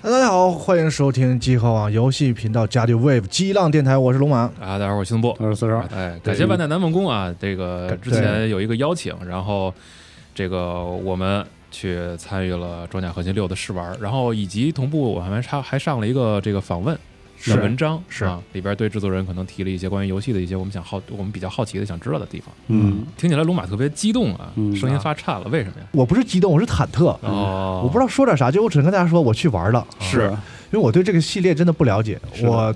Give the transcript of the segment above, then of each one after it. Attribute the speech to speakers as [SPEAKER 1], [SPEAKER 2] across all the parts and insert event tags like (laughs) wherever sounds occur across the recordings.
[SPEAKER 1] 大家好，欢迎收听极客网游戏频道《加迪 Wave 激浪电台》，我是龙马。
[SPEAKER 2] 啊，大家好，我是新波。
[SPEAKER 3] 二十四十二，
[SPEAKER 2] 哎，
[SPEAKER 3] 对
[SPEAKER 2] 感谢万代南梦宫啊，这个
[SPEAKER 1] 感
[SPEAKER 2] 之前有一个邀请，然后这个我们去参与了《装甲核心六》的试玩，然后以及同步我们还还上了一个这个访问的文章，
[SPEAKER 1] 是
[SPEAKER 2] 啊，里边对制作人可能提了一些关于游戏的一些我们想好我们比较好奇的想知道的地方。
[SPEAKER 3] 嗯，
[SPEAKER 2] 听起来龙马特别激动啊，
[SPEAKER 3] 嗯
[SPEAKER 2] 声音发颤了，为什么呀？
[SPEAKER 1] 我不是激动，我是忐忑，
[SPEAKER 2] 哦，
[SPEAKER 1] 嗯我不知道说点啥，就我只能跟大家说我去玩了，
[SPEAKER 2] 是
[SPEAKER 1] 因为我对这个系列真的不了解。
[SPEAKER 2] 是的
[SPEAKER 1] 我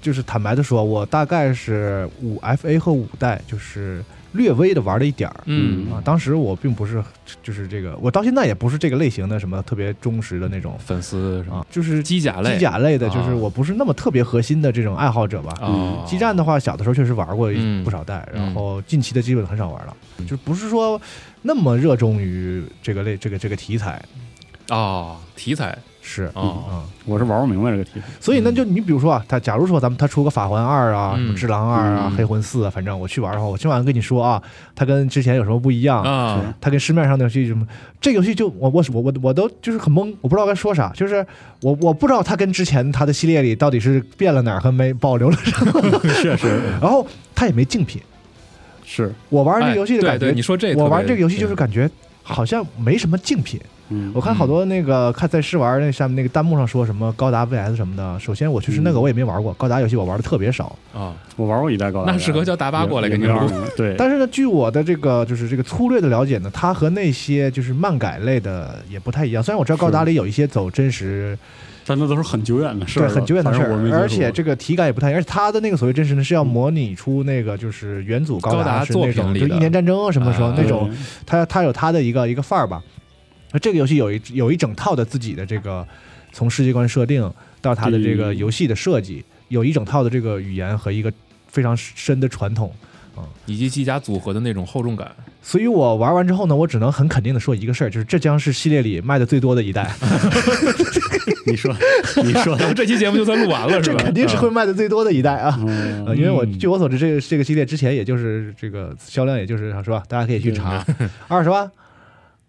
[SPEAKER 1] 就是坦白的说，我大概是五 FA 和五代，就是略微的玩了一点儿。
[SPEAKER 2] 嗯
[SPEAKER 3] 嗯
[SPEAKER 1] 啊，当时我并不是，就是这个，我到现在也不是这个类型的什么特别忠实的那种
[SPEAKER 2] 粉丝什么
[SPEAKER 1] 啊，就是
[SPEAKER 2] 机甲类
[SPEAKER 1] 机甲类的，就是
[SPEAKER 2] 啊
[SPEAKER 1] 我不是那么特别核心的这种爱好者吧。
[SPEAKER 2] 哦
[SPEAKER 1] 基嗯站的话，小的时候确实玩过
[SPEAKER 2] 嗯
[SPEAKER 1] 一不少代，
[SPEAKER 2] 嗯
[SPEAKER 1] 然后近期的基本很少玩了，
[SPEAKER 2] 嗯
[SPEAKER 1] 就不是说那么热衷于这个类这个这个题材
[SPEAKER 2] 哦，题材
[SPEAKER 1] 是啊、
[SPEAKER 2] 哦，
[SPEAKER 1] 嗯
[SPEAKER 3] 我是玩不明白这个
[SPEAKER 1] (laughs)
[SPEAKER 3] 题材，
[SPEAKER 1] 所以呢，就你比如说啊，他假如说咱们他出个法环二啊、
[SPEAKER 2] 嗯
[SPEAKER 1] 什么智狼二啊、
[SPEAKER 3] 嗯
[SPEAKER 1] 黑魂四啊，反正我去玩的话，我今晚跟你说啊，它跟之前有什么不一样？
[SPEAKER 2] 啊，
[SPEAKER 1] 它跟市面上的游戏什么，这个游戏就我我我我我都就是很懵，我不知道该说啥，就是我我不知道它跟之前它的系列里到底是变了哪儿和没保留了啥，
[SPEAKER 3] 是是
[SPEAKER 1] 然后它也没竞品，
[SPEAKER 3] (laughs) 是，
[SPEAKER 1] 我玩这个游戏的
[SPEAKER 2] 哎
[SPEAKER 1] 感
[SPEAKER 2] 对
[SPEAKER 1] 觉
[SPEAKER 2] 对，你说这特别，
[SPEAKER 1] 我玩这个游戏就是
[SPEAKER 2] 对
[SPEAKER 1] 感觉好像没什么竞品。
[SPEAKER 3] 嗯
[SPEAKER 1] 我看好多那个看在试玩那下面那个弹幕上说什么高达 VS 什么的，首先我确实那个
[SPEAKER 3] 嗯
[SPEAKER 1] 我也没玩过，高达游戏我玩的特别少。
[SPEAKER 2] 啊，
[SPEAKER 3] 我玩过一代高达，
[SPEAKER 2] 那适合叫大巴过来给你
[SPEAKER 3] 玩
[SPEAKER 2] 录。，
[SPEAKER 3] 对，
[SPEAKER 1] 但是呢，据我的这个就是这个粗略的了解呢，它和那些就是漫改类的也不太一样。虽然我知道高达里有一些走真实，
[SPEAKER 3] 但那都是很久远的事
[SPEAKER 1] 对，
[SPEAKER 3] 儿，
[SPEAKER 1] 很久远的事
[SPEAKER 3] 反正我
[SPEAKER 1] 儿，
[SPEAKER 3] 没接触过嗯
[SPEAKER 1] 而且这个体感也不太一样。而且它的那个所谓真实呢，是要模拟出那个就是元祖高
[SPEAKER 2] 高达
[SPEAKER 1] 是那
[SPEAKER 2] 作
[SPEAKER 1] 种
[SPEAKER 2] 品里
[SPEAKER 1] 就
[SPEAKER 2] 的
[SPEAKER 1] 一年战争啊什么时候
[SPEAKER 2] 啊
[SPEAKER 1] 那种它它有它的一个一个范儿吧。那这个游戏有一有一整套的自己的这个从世界观设定到它的这个
[SPEAKER 3] 嗯
[SPEAKER 1] 游戏的设计，有一整套的这个语言和一个非常深的传统。
[SPEAKER 2] 以及机甲组合的那种厚重感，
[SPEAKER 1] 所以我玩完之后呢，我只能很肯定的说一个事儿，就是这将是系列里卖的最多的一代，
[SPEAKER 3] 你说你说的，
[SPEAKER 2] 这期节目就算录完了，
[SPEAKER 1] (laughs) (laughs)
[SPEAKER 2] 是
[SPEAKER 1] 这
[SPEAKER 2] 吧？嗯
[SPEAKER 1] 肯定是会卖的最多的一代啊。呃，
[SPEAKER 3] 嗯
[SPEAKER 1] 因为我据我所知，这个这个系列之前也就是这个销量，也就是是吧？大家可以去
[SPEAKER 2] 嗯
[SPEAKER 1] 查，二十万，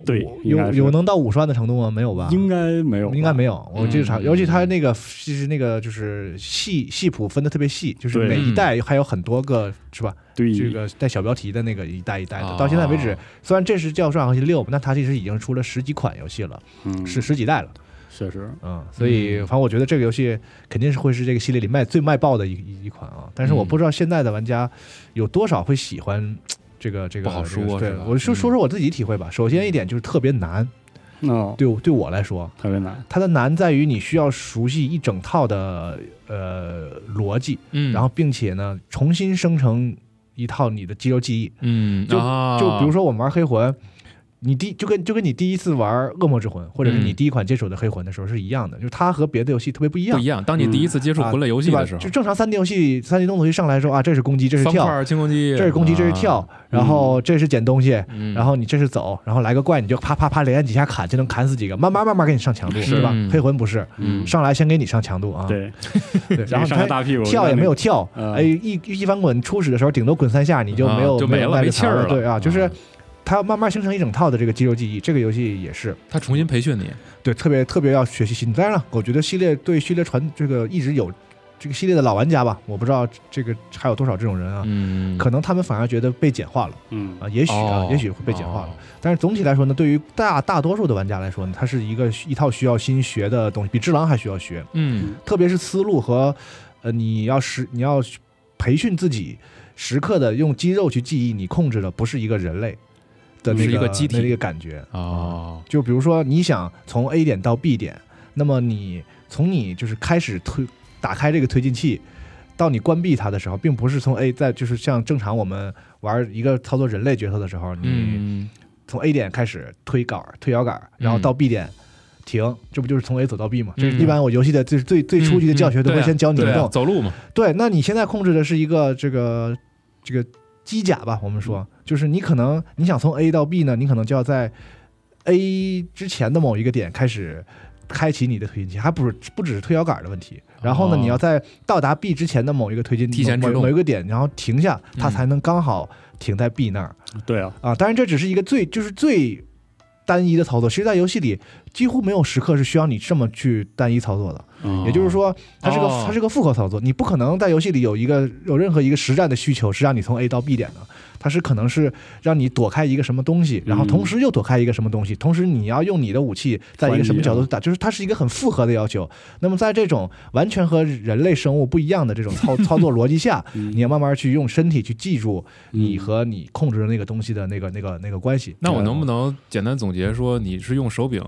[SPEAKER 3] 对应该
[SPEAKER 1] 有
[SPEAKER 3] 是
[SPEAKER 1] 有能到五十万的程度吗？没有吧？
[SPEAKER 3] 应该没有，
[SPEAKER 1] 应该没有，我记得查，
[SPEAKER 2] 嗯
[SPEAKER 1] 尤其它那个是那个就是系系谱分的特别细，就是
[SPEAKER 3] 对
[SPEAKER 1] 每一代还有很多个是吧？
[SPEAKER 3] 对
[SPEAKER 1] 这个带小标题的那个一代一代的，
[SPEAKER 2] 嗯哦
[SPEAKER 1] 到现在为止，虽然这是叫《上游戏六》，那它其实已经出了十几款游戏了，
[SPEAKER 3] 嗯
[SPEAKER 1] 是十几代了，
[SPEAKER 3] 确实，
[SPEAKER 1] 嗯，所以反正我觉得这个游戏肯定是会是这个系列里卖最卖爆的一一一款啊，但是我
[SPEAKER 2] 嗯
[SPEAKER 1] 不知道现在的玩家有多少会喜欢。这个这个
[SPEAKER 2] 不好
[SPEAKER 1] 这个
[SPEAKER 2] 说
[SPEAKER 1] 对
[SPEAKER 2] 是吧
[SPEAKER 1] 我就说
[SPEAKER 2] 嗯
[SPEAKER 1] 说我自己体会吧。首先一点就是特别难，
[SPEAKER 3] 那
[SPEAKER 1] 对我对我来说，
[SPEAKER 3] 特别难，
[SPEAKER 1] 它的难在于你需要熟悉一整套的呃逻辑，
[SPEAKER 2] 嗯，
[SPEAKER 1] 然后并且呢重新生成一套你的肌肉记忆。
[SPEAKER 2] 嗯，啊
[SPEAKER 1] 就比如说我们玩黑魂，你第就跟就跟你第一次玩恶魔之魂，或者是你
[SPEAKER 2] 嗯
[SPEAKER 1] 第一款接触的黑魂的时候是一样的，就是它和别的游戏特别不一
[SPEAKER 2] 不
[SPEAKER 1] 样
[SPEAKER 2] 一。样，当你第一次接触
[SPEAKER 1] 啊
[SPEAKER 2] 魂类游戏
[SPEAKER 1] 对吧
[SPEAKER 2] 的时候，
[SPEAKER 1] 就正常三 D 游戏、三 D 动作游戏上来说啊，这是攻击，这是
[SPEAKER 2] 方
[SPEAKER 1] 跳，
[SPEAKER 2] 块轻攻击，
[SPEAKER 1] 这是攻击，这是跳
[SPEAKER 2] 啊，，
[SPEAKER 1] 然后这是捡东西，
[SPEAKER 2] 嗯，
[SPEAKER 1] 然后你这是走，然后来个怪，你就啪啪啪连几下砍就能砍死几个，慢慢慢慢给你上强度，
[SPEAKER 2] 是
[SPEAKER 1] 对吧？
[SPEAKER 2] 嗯
[SPEAKER 1] 黑魂不是，
[SPEAKER 2] 嗯
[SPEAKER 1] 上来先给你上强度啊，
[SPEAKER 3] 对，
[SPEAKER 1] 对，然后
[SPEAKER 3] 上个
[SPEAKER 1] 他
[SPEAKER 3] 大屁股
[SPEAKER 1] 跳也没有，跳，
[SPEAKER 3] 嗯
[SPEAKER 1] 哎，一一翻滚初始的时候顶多滚三下，你就没有
[SPEAKER 2] 啊就
[SPEAKER 1] 没
[SPEAKER 2] 没
[SPEAKER 1] 有
[SPEAKER 2] 了
[SPEAKER 1] 耐
[SPEAKER 2] 没
[SPEAKER 1] 力
[SPEAKER 2] 气儿
[SPEAKER 1] 槽
[SPEAKER 2] 了
[SPEAKER 1] 对啊，
[SPEAKER 2] 啊
[SPEAKER 1] 就是它要慢慢形成一整套的这个肌肉记忆，这个游戏也是
[SPEAKER 2] 他重新培训你，
[SPEAKER 1] 对特别特别要学习新。当然了，我觉得系列对系列传这个一直有这个系列的老玩家吧，我不知道这个还有多少这种人啊，
[SPEAKER 2] 嗯，
[SPEAKER 1] 可能他们反而觉得被简化了
[SPEAKER 3] 嗯
[SPEAKER 1] 啊，也许啊
[SPEAKER 2] 哦，
[SPEAKER 1] 也许会被简化了。
[SPEAKER 2] 哦
[SPEAKER 1] 但是总体来说呢，对于大大多数的玩家来说呢，它是一个一套需要新学的东西，比智狼还需要学，
[SPEAKER 2] 嗯
[SPEAKER 1] 特别是思路和呃，你要时你要培训自己，时刻的用肌肉去记忆，你控制的不是一个人类的那
[SPEAKER 2] 是一个机体
[SPEAKER 1] 那个感觉。
[SPEAKER 2] 哦，
[SPEAKER 1] 就比如说你想从 A 点到 B 点，那么你从你就是开始推打开这个推进器。到你关闭它的时候，并不是从 A 在就是像正常我们玩一个操作人类角色的时候，你、
[SPEAKER 2] 嗯
[SPEAKER 1] 从 A 点开始推杆儿、推摇杆儿，然后
[SPEAKER 2] 嗯
[SPEAKER 1] 到 B 点停，这不就是从 A 走到 B 吗？这是
[SPEAKER 2] 嗯
[SPEAKER 1] 一般我游戏的最最最初级的教学都会先教你
[SPEAKER 2] 对
[SPEAKER 1] 移
[SPEAKER 2] 啊
[SPEAKER 1] 动。
[SPEAKER 2] 走路嘛，
[SPEAKER 1] 对，那你现在控制的是一个这个这个机甲吧？我们
[SPEAKER 2] 嗯
[SPEAKER 1] 说，就是你可能你想从 A 到 B 呢，你可能就要在 A 之前的某一个点开始。开启你的推进器，还不是不只是推摇杆儿的问题。然后呢，
[SPEAKER 2] 哦
[SPEAKER 1] 你要在到达 B 之前的某一个推进
[SPEAKER 2] 提前
[SPEAKER 1] 某
[SPEAKER 2] 制动
[SPEAKER 1] 某一个点，然后停下，它
[SPEAKER 2] 嗯
[SPEAKER 1] 才能刚好停在 B 那儿。
[SPEAKER 3] 对啊，
[SPEAKER 1] 啊，当然这只是一个最就是最单一的操作。其实，在游戏里几乎没有时刻是需要你这么去单一操作的。
[SPEAKER 3] 哦
[SPEAKER 1] 也就是说，它是个、
[SPEAKER 2] 哦
[SPEAKER 1] 它是个复合操作，你不可能在游戏里有一个有任何一个实战的需求是让你从 A 到 B 点的，它是可能是让你躲开一个什么东西，然后同时又躲开一个什么东西，同时你要用你的武器在一个什么角度打，就是它是一个很复合的要求。那么在这种完全和人类生物不一样的这种操操作逻辑下，
[SPEAKER 3] 嗯
[SPEAKER 1] 你要慢慢去用身体去记住你
[SPEAKER 3] 嗯
[SPEAKER 1] 和你控制的那个东西的那个那个那个关系。
[SPEAKER 2] 那我能不能简单总结说，你是用手柄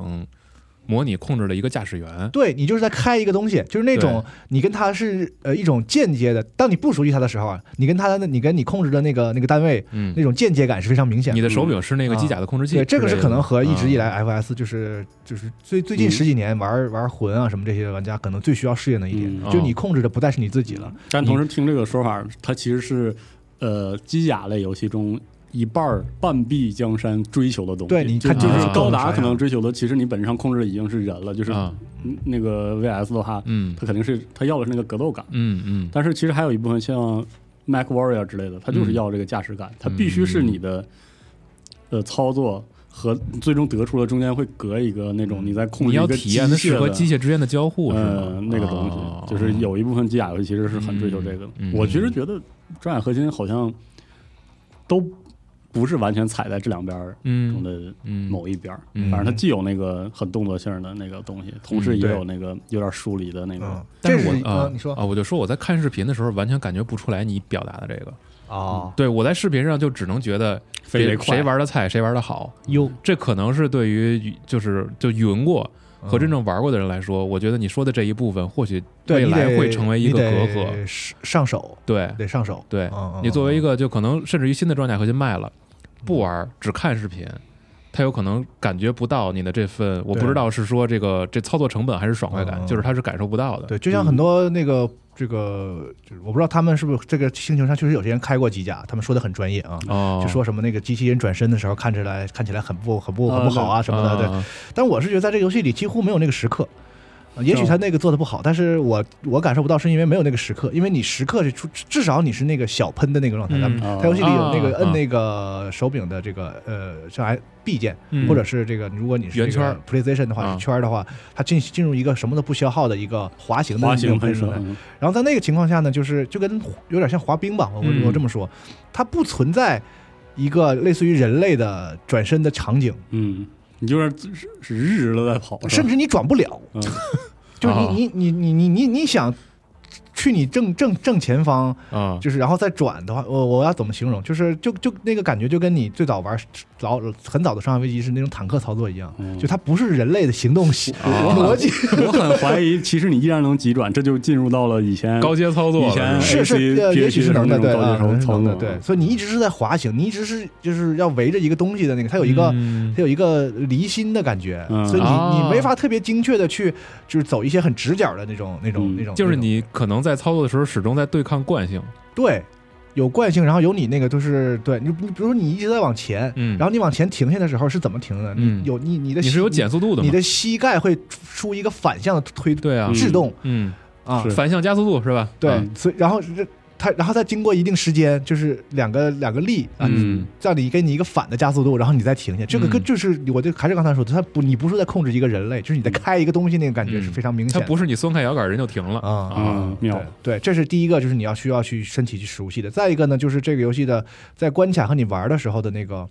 [SPEAKER 2] 模拟控制了一个驾驶员？
[SPEAKER 1] 对你就是在开一个东西，就是那种
[SPEAKER 2] 对
[SPEAKER 1] 你跟它是呃一种间接的。当你不熟悉它的时候啊，你跟它的你跟你控制的那个那个单位
[SPEAKER 2] 嗯
[SPEAKER 1] 那，种间接感是非常明显
[SPEAKER 2] 你
[SPEAKER 1] 的。
[SPEAKER 2] 的啊手柄是那个机甲的控制器
[SPEAKER 1] 嗯啊对，
[SPEAKER 2] 之类的。嗯
[SPEAKER 1] 这个是可能和一直以
[SPEAKER 2] 来
[SPEAKER 1] 来 FS 就是就是最最近
[SPEAKER 3] 嗯
[SPEAKER 1] 十几年玩玩魂啊什么这些玩家可能最需要适应的一点，
[SPEAKER 2] 嗯
[SPEAKER 1] 就你控制的不再是你自己了。
[SPEAKER 3] 嗯但同时听这个说法，它其实是呃机甲类游戏中一半儿半壁江山追求的东西。
[SPEAKER 1] 对你
[SPEAKER 3] 就
[SPEAKER 1] 看
[SPEAKER 3] 就
[SPEAKER 2] 这
[SPEAKER 3] 是
[SPEAKER 2] 个
[SPEAKER 3] 高
[SPEAKER 1] 是啥
[SPEAKER 3] 达
[SPEAKER 1] 样
[SPEAKER 3] 可能追求的，其实你本质上控制的已经是人了，就是嗯
[SPEAKER 2] 啊，
[SPEAKER 3] 那个 VS 的话，
[SPEAKER 2] 嗯
[SPEAKER 3] 它肯定是它要的是那个格斗感。
[SPEAKER 2] 嗯嗯，
[SPEAKER 3] 但是其实还有一部分像 Mac Warrior 之类的，它
[SPEAKER 2] 嗯
[SPEAKER 3] 就是要这个驾驶感，它必须是你的呃操作和最终得出的中间会隔一个那种你在控
[SPEAKER 2] 嗯你
[SPEAKER 3] 制
[SPEAKER 2] 要
[SPEAKER 3] 一个
[SPEAKER 2] 体验的是和机
[SPEAKER 3] 械
[SPEAKER 2] 械之间的交互，是
[SPEAKER 3] 呃
[SPEAKER 2] 吗？
[SPEAKER 3] 那个东西，
[SPEAKER 2] 哦
[SPEAKER 3] 就是有一部分机甲游戏其实是很追求这个的。
[SPEAKER 2] 嗯嗯
[SPEAKER 3] 我其实觉得《装甲核心》好像都不是完全踩在这两边儿中
[SPEAKER 2] 嗯
[SPEAKER 3] 的
[SPEAKER 2] 嗯
[SPEAKER 3] 某一边儿。
[SPEAKER 2] 嗯
[SPEAKER 3] 反正它既有那个很动作性的那个东西，同时
[SPEAKER 2] 嗯
[SPEAKER 3] 也
[SPEAKER 1] 对
[SPEAKER 3] 有那个有点疏离的那个
[SPEAKER 1] 嗯，
[SPEAKER 2] 但
[SPEAKER 1] 这
[SPEAKER 2] 是
[SPEAKER 1] 是
[SPEAKER 2] 我
[SPEAKER 1] 一
[SPEAKER 2] 啊
[SPEAKER 1] 呃，你说
[SPEAKER 2] 啊，我就说我在看视频的时候完全感觉不出来你表达的这个。
[SPEAKER 1] 啊
[SPEAKER 2] 对我在视频上就只能觉得
[SPEAKER 3] 飞得
[SPEAKER 2] 谁
[SPEAKER 3] 快
[SPEAKER 2] 谁玩的菜谁玩的好，
[SPEAKER 1] 哟
[SPEAKER 2] 这可能是对于就是就云过
[SPEAKER 1] 嗯
[SPEAKER 2] 和真正玩过的人来说，我觉得你说的这一部分或许
[SPEAKER 1] 对
[SPEAKER 2] 未
[SPEAKER 1] 你
[SPEAKER 2] 来
[SPEAKER 1] 得
[SPEAKER 2] 会成为一个
[SPEAKER 1] 你
[SPEAKER 2] 隔
[SPEAKER 1] 得
[SPEAKER 2] 阂。
[SPEAKER 1] 上上手
[SPEAKER 2] 对
[SPEAKER 1] 得上手。
[SPEAKER 2] 对，
[SPEAKER 1] 嗯，
[SPEAKER 2] 你作为一
[SPEAKER 1] 个
[SPEAKER 2] 个就可能甚至于新的装甲核心卖了，
[SPEAKER 1] 嗯
[SPEAKER 2] 不玩只看视频，他有可能感觉不到你的这份，我不
[SPEAKER 1] 对
[SPEAKER 2] 知道是说这个这操作成本还是爽快感，
[SPEAKER 1] 嗯
[SPEAKER 2] 就是他是感受不到的。
[SPEAKER 1] 对，就像很多那个。这个就是我不知道他们是不是这个星球上确实有些人开过机甲，他们说的很专业啊，
[SPEAKER 2] 哦，
[SPEAKER 1] 就说什么那个机器人转身的时候看起来看起来很不很不
[SPEAKER 3] 啊
[SPEAKER 1] 很不好啊什么的，对。
[SPEAKER 2] 啊
[SPEAKER 1] 但我是觉得在这个游戏里几乎没有那个时刻，呃也许他那个做的不好，但是我我感受不到是因为没有那个时刻，因为你时刻是出至至少你是那个小喷的那个状态，咱们
[SPEAKER 2] 嗯
[SPEAKER 1] 在游戏里有那个
[SPEAKER 2] 啊
[SPEAKER 1] 摁
[SPEAKER 2] 啊
[SPEAKER 1] 那个手柄的这个呃像 I B 键，
[SPEAKER 2] 嗯
[SPEAKER 1] 或者是这个如果你是
[SPEAKER 2] 圆
[SPEAKER 1] 这个
[SPEAKER 2] 圈儿
[SPEAKER 1] PlayStation 的话，
[SPEAKER 2] 啊
[SPEAKER 1] 是圈儿的话，它进进入一个什么都不消耗的一个滑行的
[SPEAKER 3] 滑
[SPEAKER 1] 那
[SPEAKER 3] 行
[SPEAKER 1] 种
[SPEAKER 3] 喷
[SPEAKER 1] 状
[SPEAKER 3] 射
[SPEAKER 1] 态。
[SPEAKER 3] 嗯
[SPEAKER 1] 然后在那个情况下呢，就是就跟有点像滑冰吧，我
[SPEAKER 2] 嗯
[SPEAKER 1] 我这么说，它不存在一个类似于人类的转身的场景，
[SPEAKER 3] 嗯，你就是是是日日都在跑，是
[SPEAKER 1] 甚
[SPEAKER 3] 吧
[SPEAKER 1] 至你转不了，
[SPEAKER 3] 嗯
[SPEAKER 1] (laughs) 就是
[SPEAKER 2] 啊
[SPEAKER 1] 你你你你你你想去你正正正前方，
[SPEAKER 2] 啊，
[SPEAKER 1] 就是然后再转的话，我我要怎么形容？就是就就那个感觉，就跟你最早玩老很早的《生化危机》是那种坦克操作一样，
[SPEAKER 3] 嗯
[SPEAKER 1] 就它不是人类的行动系
[SPEAKER 3] 哦
[SPEAKER 2] 啊
[SPEAKER 1] 逻辑，
[SPEAKER 3] 我很怀疑，其实你依然能急转，这就进入到了以前
[SPEAKER 2] 高阶操作
[SPEAKER 3] 以
[SPEAKER 2] 了
[SPEAKER 3] 前
[SPEAKER 2] 吧
[SPEAKER 1] 是
[SPEAKER 3] AC
[SPEAKER 1] 是，呃也许是能的，对，
[SPEAKER 3] 那种
[SPEAKER 1] 啊
[SPEAKER 3] 高级
[SPEAKER 1] 是
[SPEAKER 3] 操
[SPEAKER 1] 能的，
[SPEAKER 3] 作
[SPEAKER 1] 对，所以你一直是在滑行，你一直是就是要围着一个东西的那个，它有一个。
[SPEAKER 2] 嗯
[SPEAKER 1] 它有一个离心的感觉，
[SPEAKER 3] 嗯
[SPEAKER 1] 所以你
[SPEAKER 2] 啊
[SPEAKER 1] 你没法特别精确的去，就是走一些很直角的那种那种
[SPEAKER 3] 嗯
[SPEAKER 1] 那种，
[SPEAKER 2] 就是
[SPEAKER 1] 那种
[SPEAKER 2] 你可能在操作的时候始终在对抗惯性，
[SPEAKER 1] 对有惯性，然后有你那个就是对你你比如说你一直在往前，
[SPEAKER 2] 嗯
[SPEAKER 1] 然后你往前停下的时候是怎么停的？
[SPEAKER 2] 嗯
[SPEAKER 1] 你有你你的
[SPEAKER 2] 你
[SPEAKER 1] 膝
[SPEAKER 2] 是有减速度的
[SPEAKER 1] 你
[SPEAKER 2] 嘛？
[SPEAKER 1] 的膝盖会出一个反向的推
[SPEAKER 2] 对啊，
[SPEAKER 1] 制动
[SPEAKER 2] 嗯，
[SPEAKER 1] 啊
[SPEAKER 3] 是，
[SPEAKER 2] 反向加速度是吧？
[SPEAKER 1] 对
[SPEAKER 2] 嗯，
[SPEAKER 1] 所以然后这它然后再经过一定时间，就是两个两个力啊，
[SPEAKER 2] 嗯
[SPEAKER 1] 让你给你一个反的加速度，然后你再停下。这个
[SPEAKER 2] 嗯
[SPEAKER 1] 跟就是我就还是刚才说的，它不你不是在控制一个人类，就是你在开一个东西那个感觉是非常明
[SPEAKER 2] 它
[SPEAKER 1] 显的。
[SPEAKER 2] 嗯不是你松开摇杆人就停了
[SPEAKER 1] 啊
[SPEAKER 3] 嗯妙
[SPEAKER 1] 对对，这是第一个，就是你要需要去身体去熟悉的。再一个呢，就是这个游戏的在关卡和你玩的时候的那个，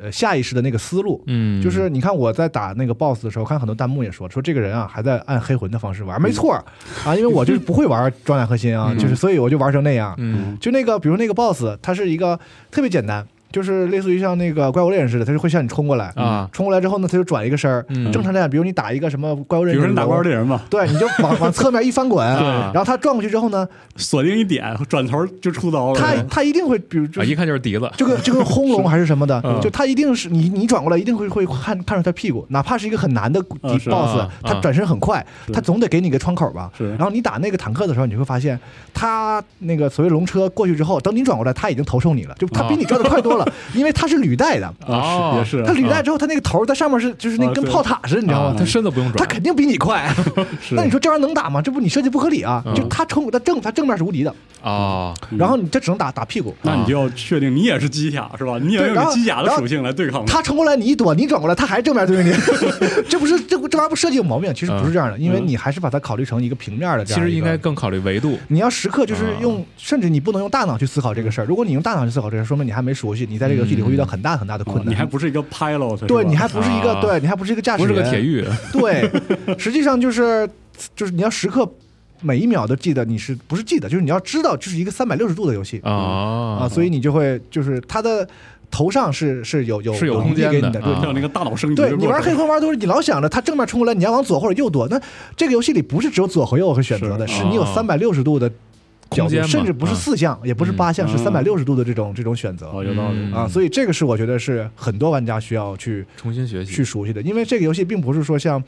[SPEAKER 1] 呃，下意识的那个思路。
[SPEAKER 2] 嗯，
[SPEAKER 1] 就是你看我在打那个 boss 的时候，看很多弹幕也说说这个人啊还在按黑魂的方式玩，没错
[SPEAKER 3] (laughs)
[SPEAKER 1] 儿啊，因为我就是不会玩装甲核心啊，
[SPEAKER 2] 嗯
[SPEAKER 1] 就是所以我就玩成那样。
[SPEAKER 2] 嗯
[SPEAKER 1] 就那个，比如那个 boss，它是一个特别简单，就是类似于像那个怪物猎人似的，它就会向你冲过来，
[SPEAKER 2] 啊
[SPEAKER 1] 冲过来之后呢，它就转一个身儿。
[SPEAKER 2] 嗯
[SPEAKER 1] 正常来讲，比如你打一个什么怪物
[SPEAKER 3] 比
[SPEAKER 1] 猎
[SPEAKER 3] 如
[SPEAKER 1] 人，
[SPEAKER 3] 说你打怪物猎人嘛，
[SPEAKER 1] 对，你就往往侧面一翻
[SPEAKER 3] (laughs)
[SPEAKER 1] 滚，
[SPEAKER 2] 对
[SPEAKER 1] 然后他转过去之后呢，
[SPEAKER 3] 锁定一点，转头就出刀了。
[SPEAKER 1] 他他一定会，比如就
[SPEAKER 2] 啊，一
[SPEAKER 1] 是
[SPEAKER 2] 看就是笛子，
[SPEAKER 1] 就跟就跟轰龙还是什么的
[SPEAKER 2] 嗯，
[SPEAKER 1] 就他一定是你你转过来一定会会看看着他屁股，哪怕是一个很难的敌
[SPEAKER 3] 啊是
[SPEAKER 1] boss，
[SPEAKER 2] 啊
[SPEAKER 1] 他
[SPEAKER 2] 啊
[SPEAKER 1] 转身很快，
[SPEAKER 3] 是
[SPEAKER 1] 他总得给你个窗口吧。
[SPEAKER 3] 是
[SPEAKER 1] 然后你打那个坦克的时候，你会发现他那个所谓龙车过去之后，等你转过来，他已经投射你了，就他比你转的快多了。了，因为它是履带的，
[SPEAKER 3] 啊，是也啊是，
[SPEAKER 1] 它履带
[SPEAKER 3] 啊
[SPEAKER 1] 之后，它那个头儿在上面是就是那
[SPEAKER 3] 啊
[SPEAKER 1] 跟
[SPEAKER 3] 对
[SPEAKER 1] 炮塔似的，你知道
[SPEAKER 2] 啊
[SPEAKER 1] 吗？
[SPEAKER 2] 他身子不用
[SPEAKER 1] 它
[SPEAKER 2] 转，
[SPEAKER 1] 肯定比你快。
[SPEAKER 3] (laughs) 是
[SPEAKER 1] 那你说这玩意儿能打吗？这不你设计不合理啊！
[SPEAKER 2] 嗯
[SPEAKER 1] 就它冲它正它正面是无敌的，
[SPEAKER 2] 啊，
[SPEAKER 3] 嗯
[SPEAKER 1] 然后你这只能打打屁股。
[SPEAKER 3] 那你就要确定你也是机甲是吧？你也要
[SPEAKER 1] 对然
[SPEAKER 3] 有
[SPEAKER 1] 后
[SPEAKER 3] 机甲的
[SPEAKER 1] 然后
[SPEAKER 3] 属性来对抗它。
[SPEAKER 1] 他冲过来，你一躲，你转过来，他还正面对着
[SPEAKER 2] (laughs)
[SPEAKER 1] 你，这不是这这玩意儿不设计有毛病？其实不是这样的，因为你还是把它考虑成一个平面的这
[SPEAKER 2] 嗯
[SPEAKER 1] 样
[SPEAKER 2] 其
[SPEAKER 1] 一个。
[SPEAKER 2] 实应该啊更考虑维度，
[SPEAKER 1] 你要时刻就是用，甚至你不能用大脑去思考这个事儿。如果你用大脑去思考这个事儿，说明你还没熟悉，你在这个游戏里会遇到很大很大的
[SPEAKER 3] 啊
[SPEAKER 1] 困
[SPEAKER 2] 哦
[SPEAKER 1] 难。
[SPEAKER 3] 你还不是一个 pilot，是吧
[SPEAKER 1] 对你还不是一个，
[SPEAKER 2] 啊
[SPEAKER 1] 对你还不是一个驾驶
[SPEAKER 2] 不
[SPEAKER 1] 员，
[SPEAKER 2] 是个铁玉， (laughs)
[SPEAKER 1] 对，实际上就是就是你要时刻每一秒都记得你是不是记得，就是你要知道这是一个三百六十度的游戏
[SPEAKER 2] 啊
[SPEAKER 1] 啊，所以你就会就是它的头上是是有有
[SPEAKER 2] 是有
[SPEAKER 1] 有
[SPEAKER 2] 空间
[SPEAKER 1] 给你
[SPEAKER 2] 的
[SPEAKER 1] 的，
[SPEAKER 2] 啊
[SPEAKER 1] 对
[SPEAKER 3] 要那个大脑升级的
[SPEAKER 1] 对
[SPEAKER 3] 过程。
[SPEAKER 1] 你玩黑魂玩多了，你老想着它正面冲过来，你要往左或者右躲。那这个游戏里不是只有左和右可选择的，
[SPEAKER 3] 是
[SPEAKER 1] 是你有
[SPEAKER 2] 啊
[SPEAKER 1] 三百六十度的角
[SPEAKER 2] 空
[SPEAKER 1] 度
[SPEAKER 2] 间，嘛
[SPEAKER 1] 甚至不是
[SPEAKER 2] 啊
[SPEAKER 1] 四项，也不是八项，是
[SPEAKER 3] 嗯
[SPEAKER 1] 三百六十度的这种这种选择
[SPEAKER 3] 哦，有道理
[SPEAKER 2] 嗯。
[SPEAKER 1] 啊。所以这个是我觉得是很多玩家需要去
[SPEAKER 2] 重新学习
[SPEAKER 1] 去熟悉的，因为这个游戏并不是说像。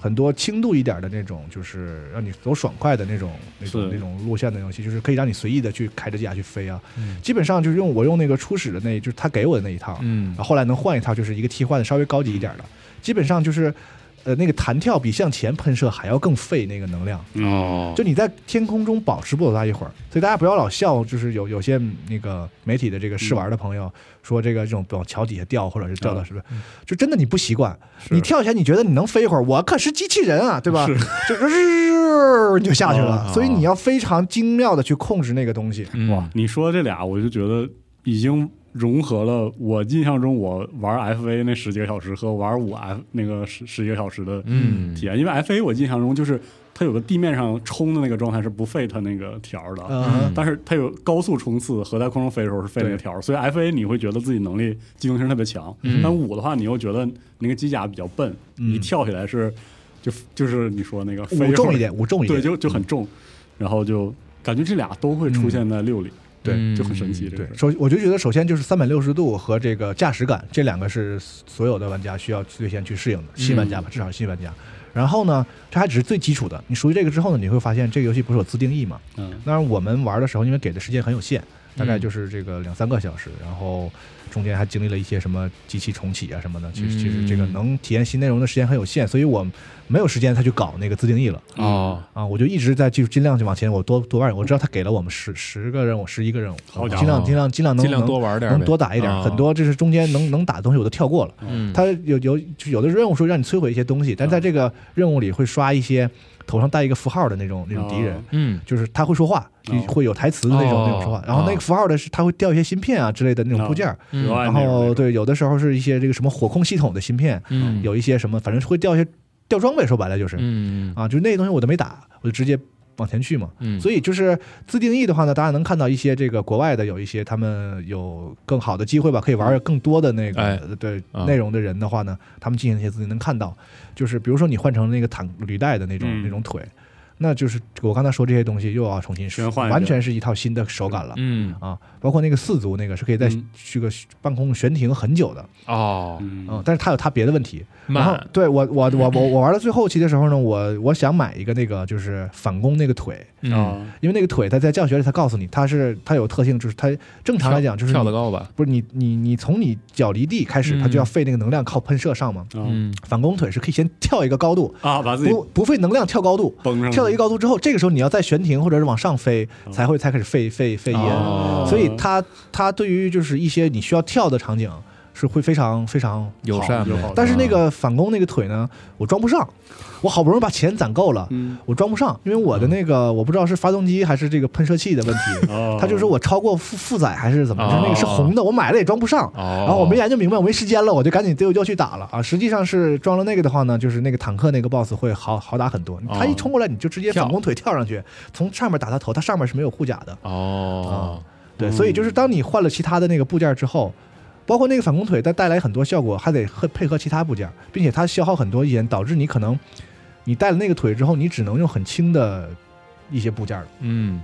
[SPEAKER 1] 很多轻度一点的那种，就是让你走爽快的那种、那种、
[SPEAKER 3] 是
[SPEAKER 1] 那种路线的游戏，就是可以让你随意的去开着机甲去飞啊。
[SPEAKER 2] 嗯
[SPEAKER 1] 基本上就是用我用那个初始的那，就是他给我的那一套，
[SPEAKER 2] 嗯
[SPEAKER 1] 然后后来能换一套，就是一个替换的稍微高级一点的，基本上就是，呃，那个弹跳比向前喷射还要更费那个能量，
[SPEAKER 2] 哦
[SPEAKER 1] 就你在天空中保持不了它一会儿，所以大家不要老笑，就是有有些嗯那个媒体的这个试玩的朋
[SPEAKER 3] 嗯
[SPEAKER 1] 友说这个这种往桥底下掉，或者是掉到什么，就真的你不习惯，你跳起来你觉得你能飞一会儿，我可是机器人啊，对吧？就日你就下去
[SPEAKER 3] 啊
[SPEAKER 1] 了，
[SPEAKER 2] 哦
[SPEAKER 1] 所以你要非常精妙的去控制那个东西，
[SPEAKER 2] 嗯
[SPEAKER 3] 哇，你说这俩，我就觉得已经融合了我印象中我玩 FA 那十几个小时和玩五 F 那个十十几个小时的
[SPEAKER 2] 嗯
[SPEAKER 3] 体验，因为 FA 我印象中就是它有个地面上冲的那个状态是不费它那个条儿的，
[SPEAKER 1] 嗯
[SPEAKER 3] 但是它有高速冲刺和在空中飞的时候是费那个条儿，所以 FA 你会觉得自己能力机动性特别强，
[SPEAKER 2] 嗯
[SPEAKER 3] 但五的话你又觉得你那个机甲比较笨，
[SPEAKER 1] 嗯
[SPEAKER 3] 你跳起来是就就是你说那个嗯飞
[SPEAKER 1] 五重一
[SPEAKER 3] 会儿
[SPEAKER 1] 点，五重一点，嗯
[SPEAKER 3] 对，就就很重，然后就感觉这俩都会出现在六里，
[SPEAKER 1] 对
[SPEAKER 2] 嗯
[SPEAKER 3] 就很神奇这个
[SPEAKER 1] 对
[SPEAKER 3] 事，儿。
[SPEAKER 1] 首我就觉得，首先就是三百六十度和这个驾驶感这两个是所有的玩家需要最先去适应的，新玩家吧，至少是新玩家。然后呢，这还只是最基础的。你熟悉这个之后呢，你会发现这个游戏不是有自定义嘛？
[SPEAKER 3] 嗯，
[SPEAKER 1] 当然，我们玩的时候，因为给的时间很有限，大概就是这个两三个小时，然后中间还经历了一些什么机器重启啊什么的。其实，其实这个
[SPEAKER 2] 嗯
[SPEAKER 1] 能体验新内容的时间很有限，所以我没有时间再去搞那个自定义了。
[SPEAKER 3] 嗯
[SPEAKER 2] 哦
[SPEAKER 1] 啊，我就一直在就尽量就往前，我多多玩。我知道他给了我们十十个任务，十一个任务，
[SPEAKER 3] 好
[SPEAKER 1] 我
[SPEAKER 3] 家
[SPEAKER 1] 尽量
[SPEAKER 2] 伙
[SPEAKER 1] 尽量尽量能
[SPEAKER 2] 尽量多
[SPEAKER 1] 能
[SPEAKER 2] 玩点儿
[SPEAKER 1] 嗯
[SPEAKER 2] 呗，
[SPEAKER 1] 能多打一点儿。
[SPEAKER 2] 啊
[SPEAKER 1] 很多就是中间能能打的东西我都跳过了。
[SPEAKER 2] 嗯
[SPEAKER 1] 他有有就有的任务说让你摧毁一些东西，但在这个任务里会刷一些头上带一个符号的那种那种敌人
[SPEAKER 3] 哦，
[SPEAKER 2] 嗯
[SPEAKER 1] 就是他会说话，
[SPEAKER 3] 哦
[SPEAKER 1] 一会有台词的那种那种说话
[SPEAKER 2] 哦。
[SPEAKER 1] 然后那个符号的是他会掉一些芯片啊之类的那种部件儿，
[SPEAKER 2] 嗯
[SPEAKER 3] 有爱
[SPEAKER 1] 然
[SPEAKER 3] 那种
[SPEAKER 1] 后，对有啊的时候是一些这个什么火控系统的芯片，
[SPEAKER 2] 嗯
[SPEAKER 1] 有一些什么反正会掉一些掉装备，说白了就是。
[SPEAKER 2] 嗯
[SPEAKER 1] 啊，就那些东西我都没打，我就直接往前去嘛。
[SPEAKER 2] 嗯，
[SPEAKER 1] 所以就是自定义的话呢，大家能看到一些这个国外的有一些他们有更好的机会吧，可以玩更多的那个、
[SPEAKER 2] 哎
[SPEAKER 1] 对、
[SPEAKER 2] 啊
[SPEAKER 1] 内容的人的话呢，他们进行一些自己能看到，就是比如说你换成那个坦履带的那种、
[SPEAKER 3] 嗯
[SPEAKER 1] 那种腿，那就是我刚才说这些东西又要重新
[SPEAKER 3] 全换一遍
[SPEAKER 1] 完全是一套新的手感了。
[SPEAKER 2] 嗯
[SPEAKER 1] 啊，包括那个四足那个是可以在
[SPEAKER 3] 嗯
[SPEAKER 1] 这个半空悬停很久的，
[SPEAKER 2] 哦
[SPEAKER 1] 嗯
[SPEAKER 3] 嗯，，
[SPEAKER 1] 但是它有它别的问题，然后
[SPEAKER 2] 慢
[SPEAKER 1] 对我我我我我玩到最后期的时候呢，我我想买一个那个就是反攻那个腿，
[SPEAKER 2] 嗯
[SPEAKER 3] 啊，
[SPEAKER 1] 因为那个腿它在教学里它告诉你它是它有特性，就是它正常来讲就是
[SPEAKER 2] 跳得
[SPEAKER 1] 你
[SPEAKER 2] 高吧，
[SPEAKER 1] 不是你你你从你脚离地开始，
[SPEAKER 2] 嗯
[SPEAKER 1] 它就要费那个能量靠喷射上嘛。
[SPEAKER 3] 嗯
[SPEAKER 2] 嗯
[SPEAKER 1] 反攻腿是可以先跳一个高度，
[SPEAKER 3] 啊，把自己嗯
[SPEAKER 1] 不不费能量跳高度，
[SPEAKER 3] 崩上，
[SPEAKER 1] 跳到一个高度之后，这个时候你要再悬停或者是往上飞，
[SPEAKER 3] 哦
[SPEAKER 1] 才会才开始费费费烟。
[SPEAKER 2] 哦
[SPEAKER 1] 所以它它对于就是一些你需要跳的场景是会非常非常
[SPEAKER 2] 友善呗
[SPEAKER 3] 好友好，
[SPEAKER 1] 但是那个反攻那个腿呢，我装不上，我好不容易把钱攒够了，
[SPEAKER 3] 嗯，
[SPEAKER 1] 我装不上，因为我的那个我不知道是发动机还是这个喷射器的问题，
[SPEAKER 3] 哦，
[SPEAKER 1] 他就说我超过负负载还是怎么，就是那个是红的，我买了也装不上。
[SPEAKER 2] 哦，
[SPEAKER 1] 然后我没研究明白，我没时间了，我就赶紧丢就去打了啊！实际上是装了那个的话呢，就是那个坦克那个 boss 会好好打很多。他
[SPEAKER 3] 哦
[SPEAKER 1] 一冲过来，你就直接反攻腿跳上去，从上面打他头，他上面是没有护甲的。
[SPEAKER 2] 哦
[SPEAKER 1] 对，所以就是当你换了其他的那个部件之后，包括那个反弓腿，它带来很多效果，还得和配合其他部件，并且它消耗很多烟，导致你可能你带了那个腿之后，你只能用很轻的一些部件了。
[SPEAKER 2] 嗯